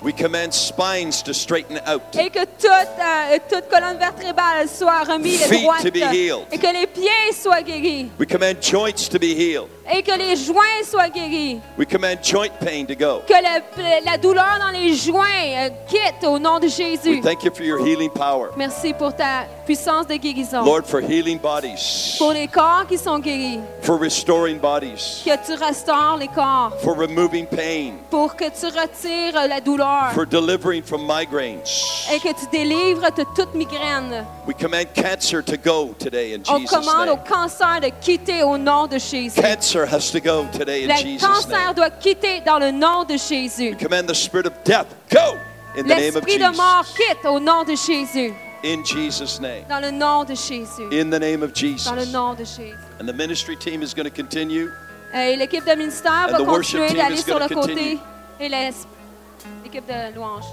S1: We command spines to straighten out.
S4: Et que toute, euh, toute colonne vertébrale soit remise
S1: Feet
S4: droite.
S1: to be healed.
S4: Et que les pieds soient guéris.
S1: We command joints to be healed.
S4: Et que les joints soient guéris.
S1: We command joint pain to go.
S4: Que le- la douleur dans les joints euh, quitte au nom de Jésus.
S1: We thank you for your healing power.
S4: Merci pour ta puissance de guérison.
S1: Lord, for healing bodies,
S4: Pour les corps qui sont guéris.
S1: for restoring bodies,
S4: Que tu restaures les corps.
S1: for removing pain,
S4: Pour que tu retires la douleur.
S1: for delivering from migraines.
S4: Et que tu délivres de toute migraine.
S1: We command cancer to go today in
S4: Oh, On
S1: Jesus'
S4: commande au
S1: name.
S4: cancer de quitter au nom de Jésus.
S1: Cancer has to go today in
S4: Le
S1: Jesus'
S4: cancer
S1: name.
S4: doit quitter dans le nom de Jésus.
S1: Command the spirit of death go in the name of
S4: L'esprit de mort
S1: Jesus.
S4: quitte au nom de Jésus.
S1: In Jesus' name.
S4: Dans le nom de Jésus.
S1: In the name of
S4: Dans le
S1: Jesus.
S4: nom de Jésus.
S1: And the ministry team is going to continue.
S4: Euh, Et l'équipe de ministère va
S1: the worship
S4: continuer
S1: team
S4: d'aller
S1: is
S4: sur
S1: gonna
S4: le côté.
S1: continue.
S4: Et l'es- l'équipe de louange.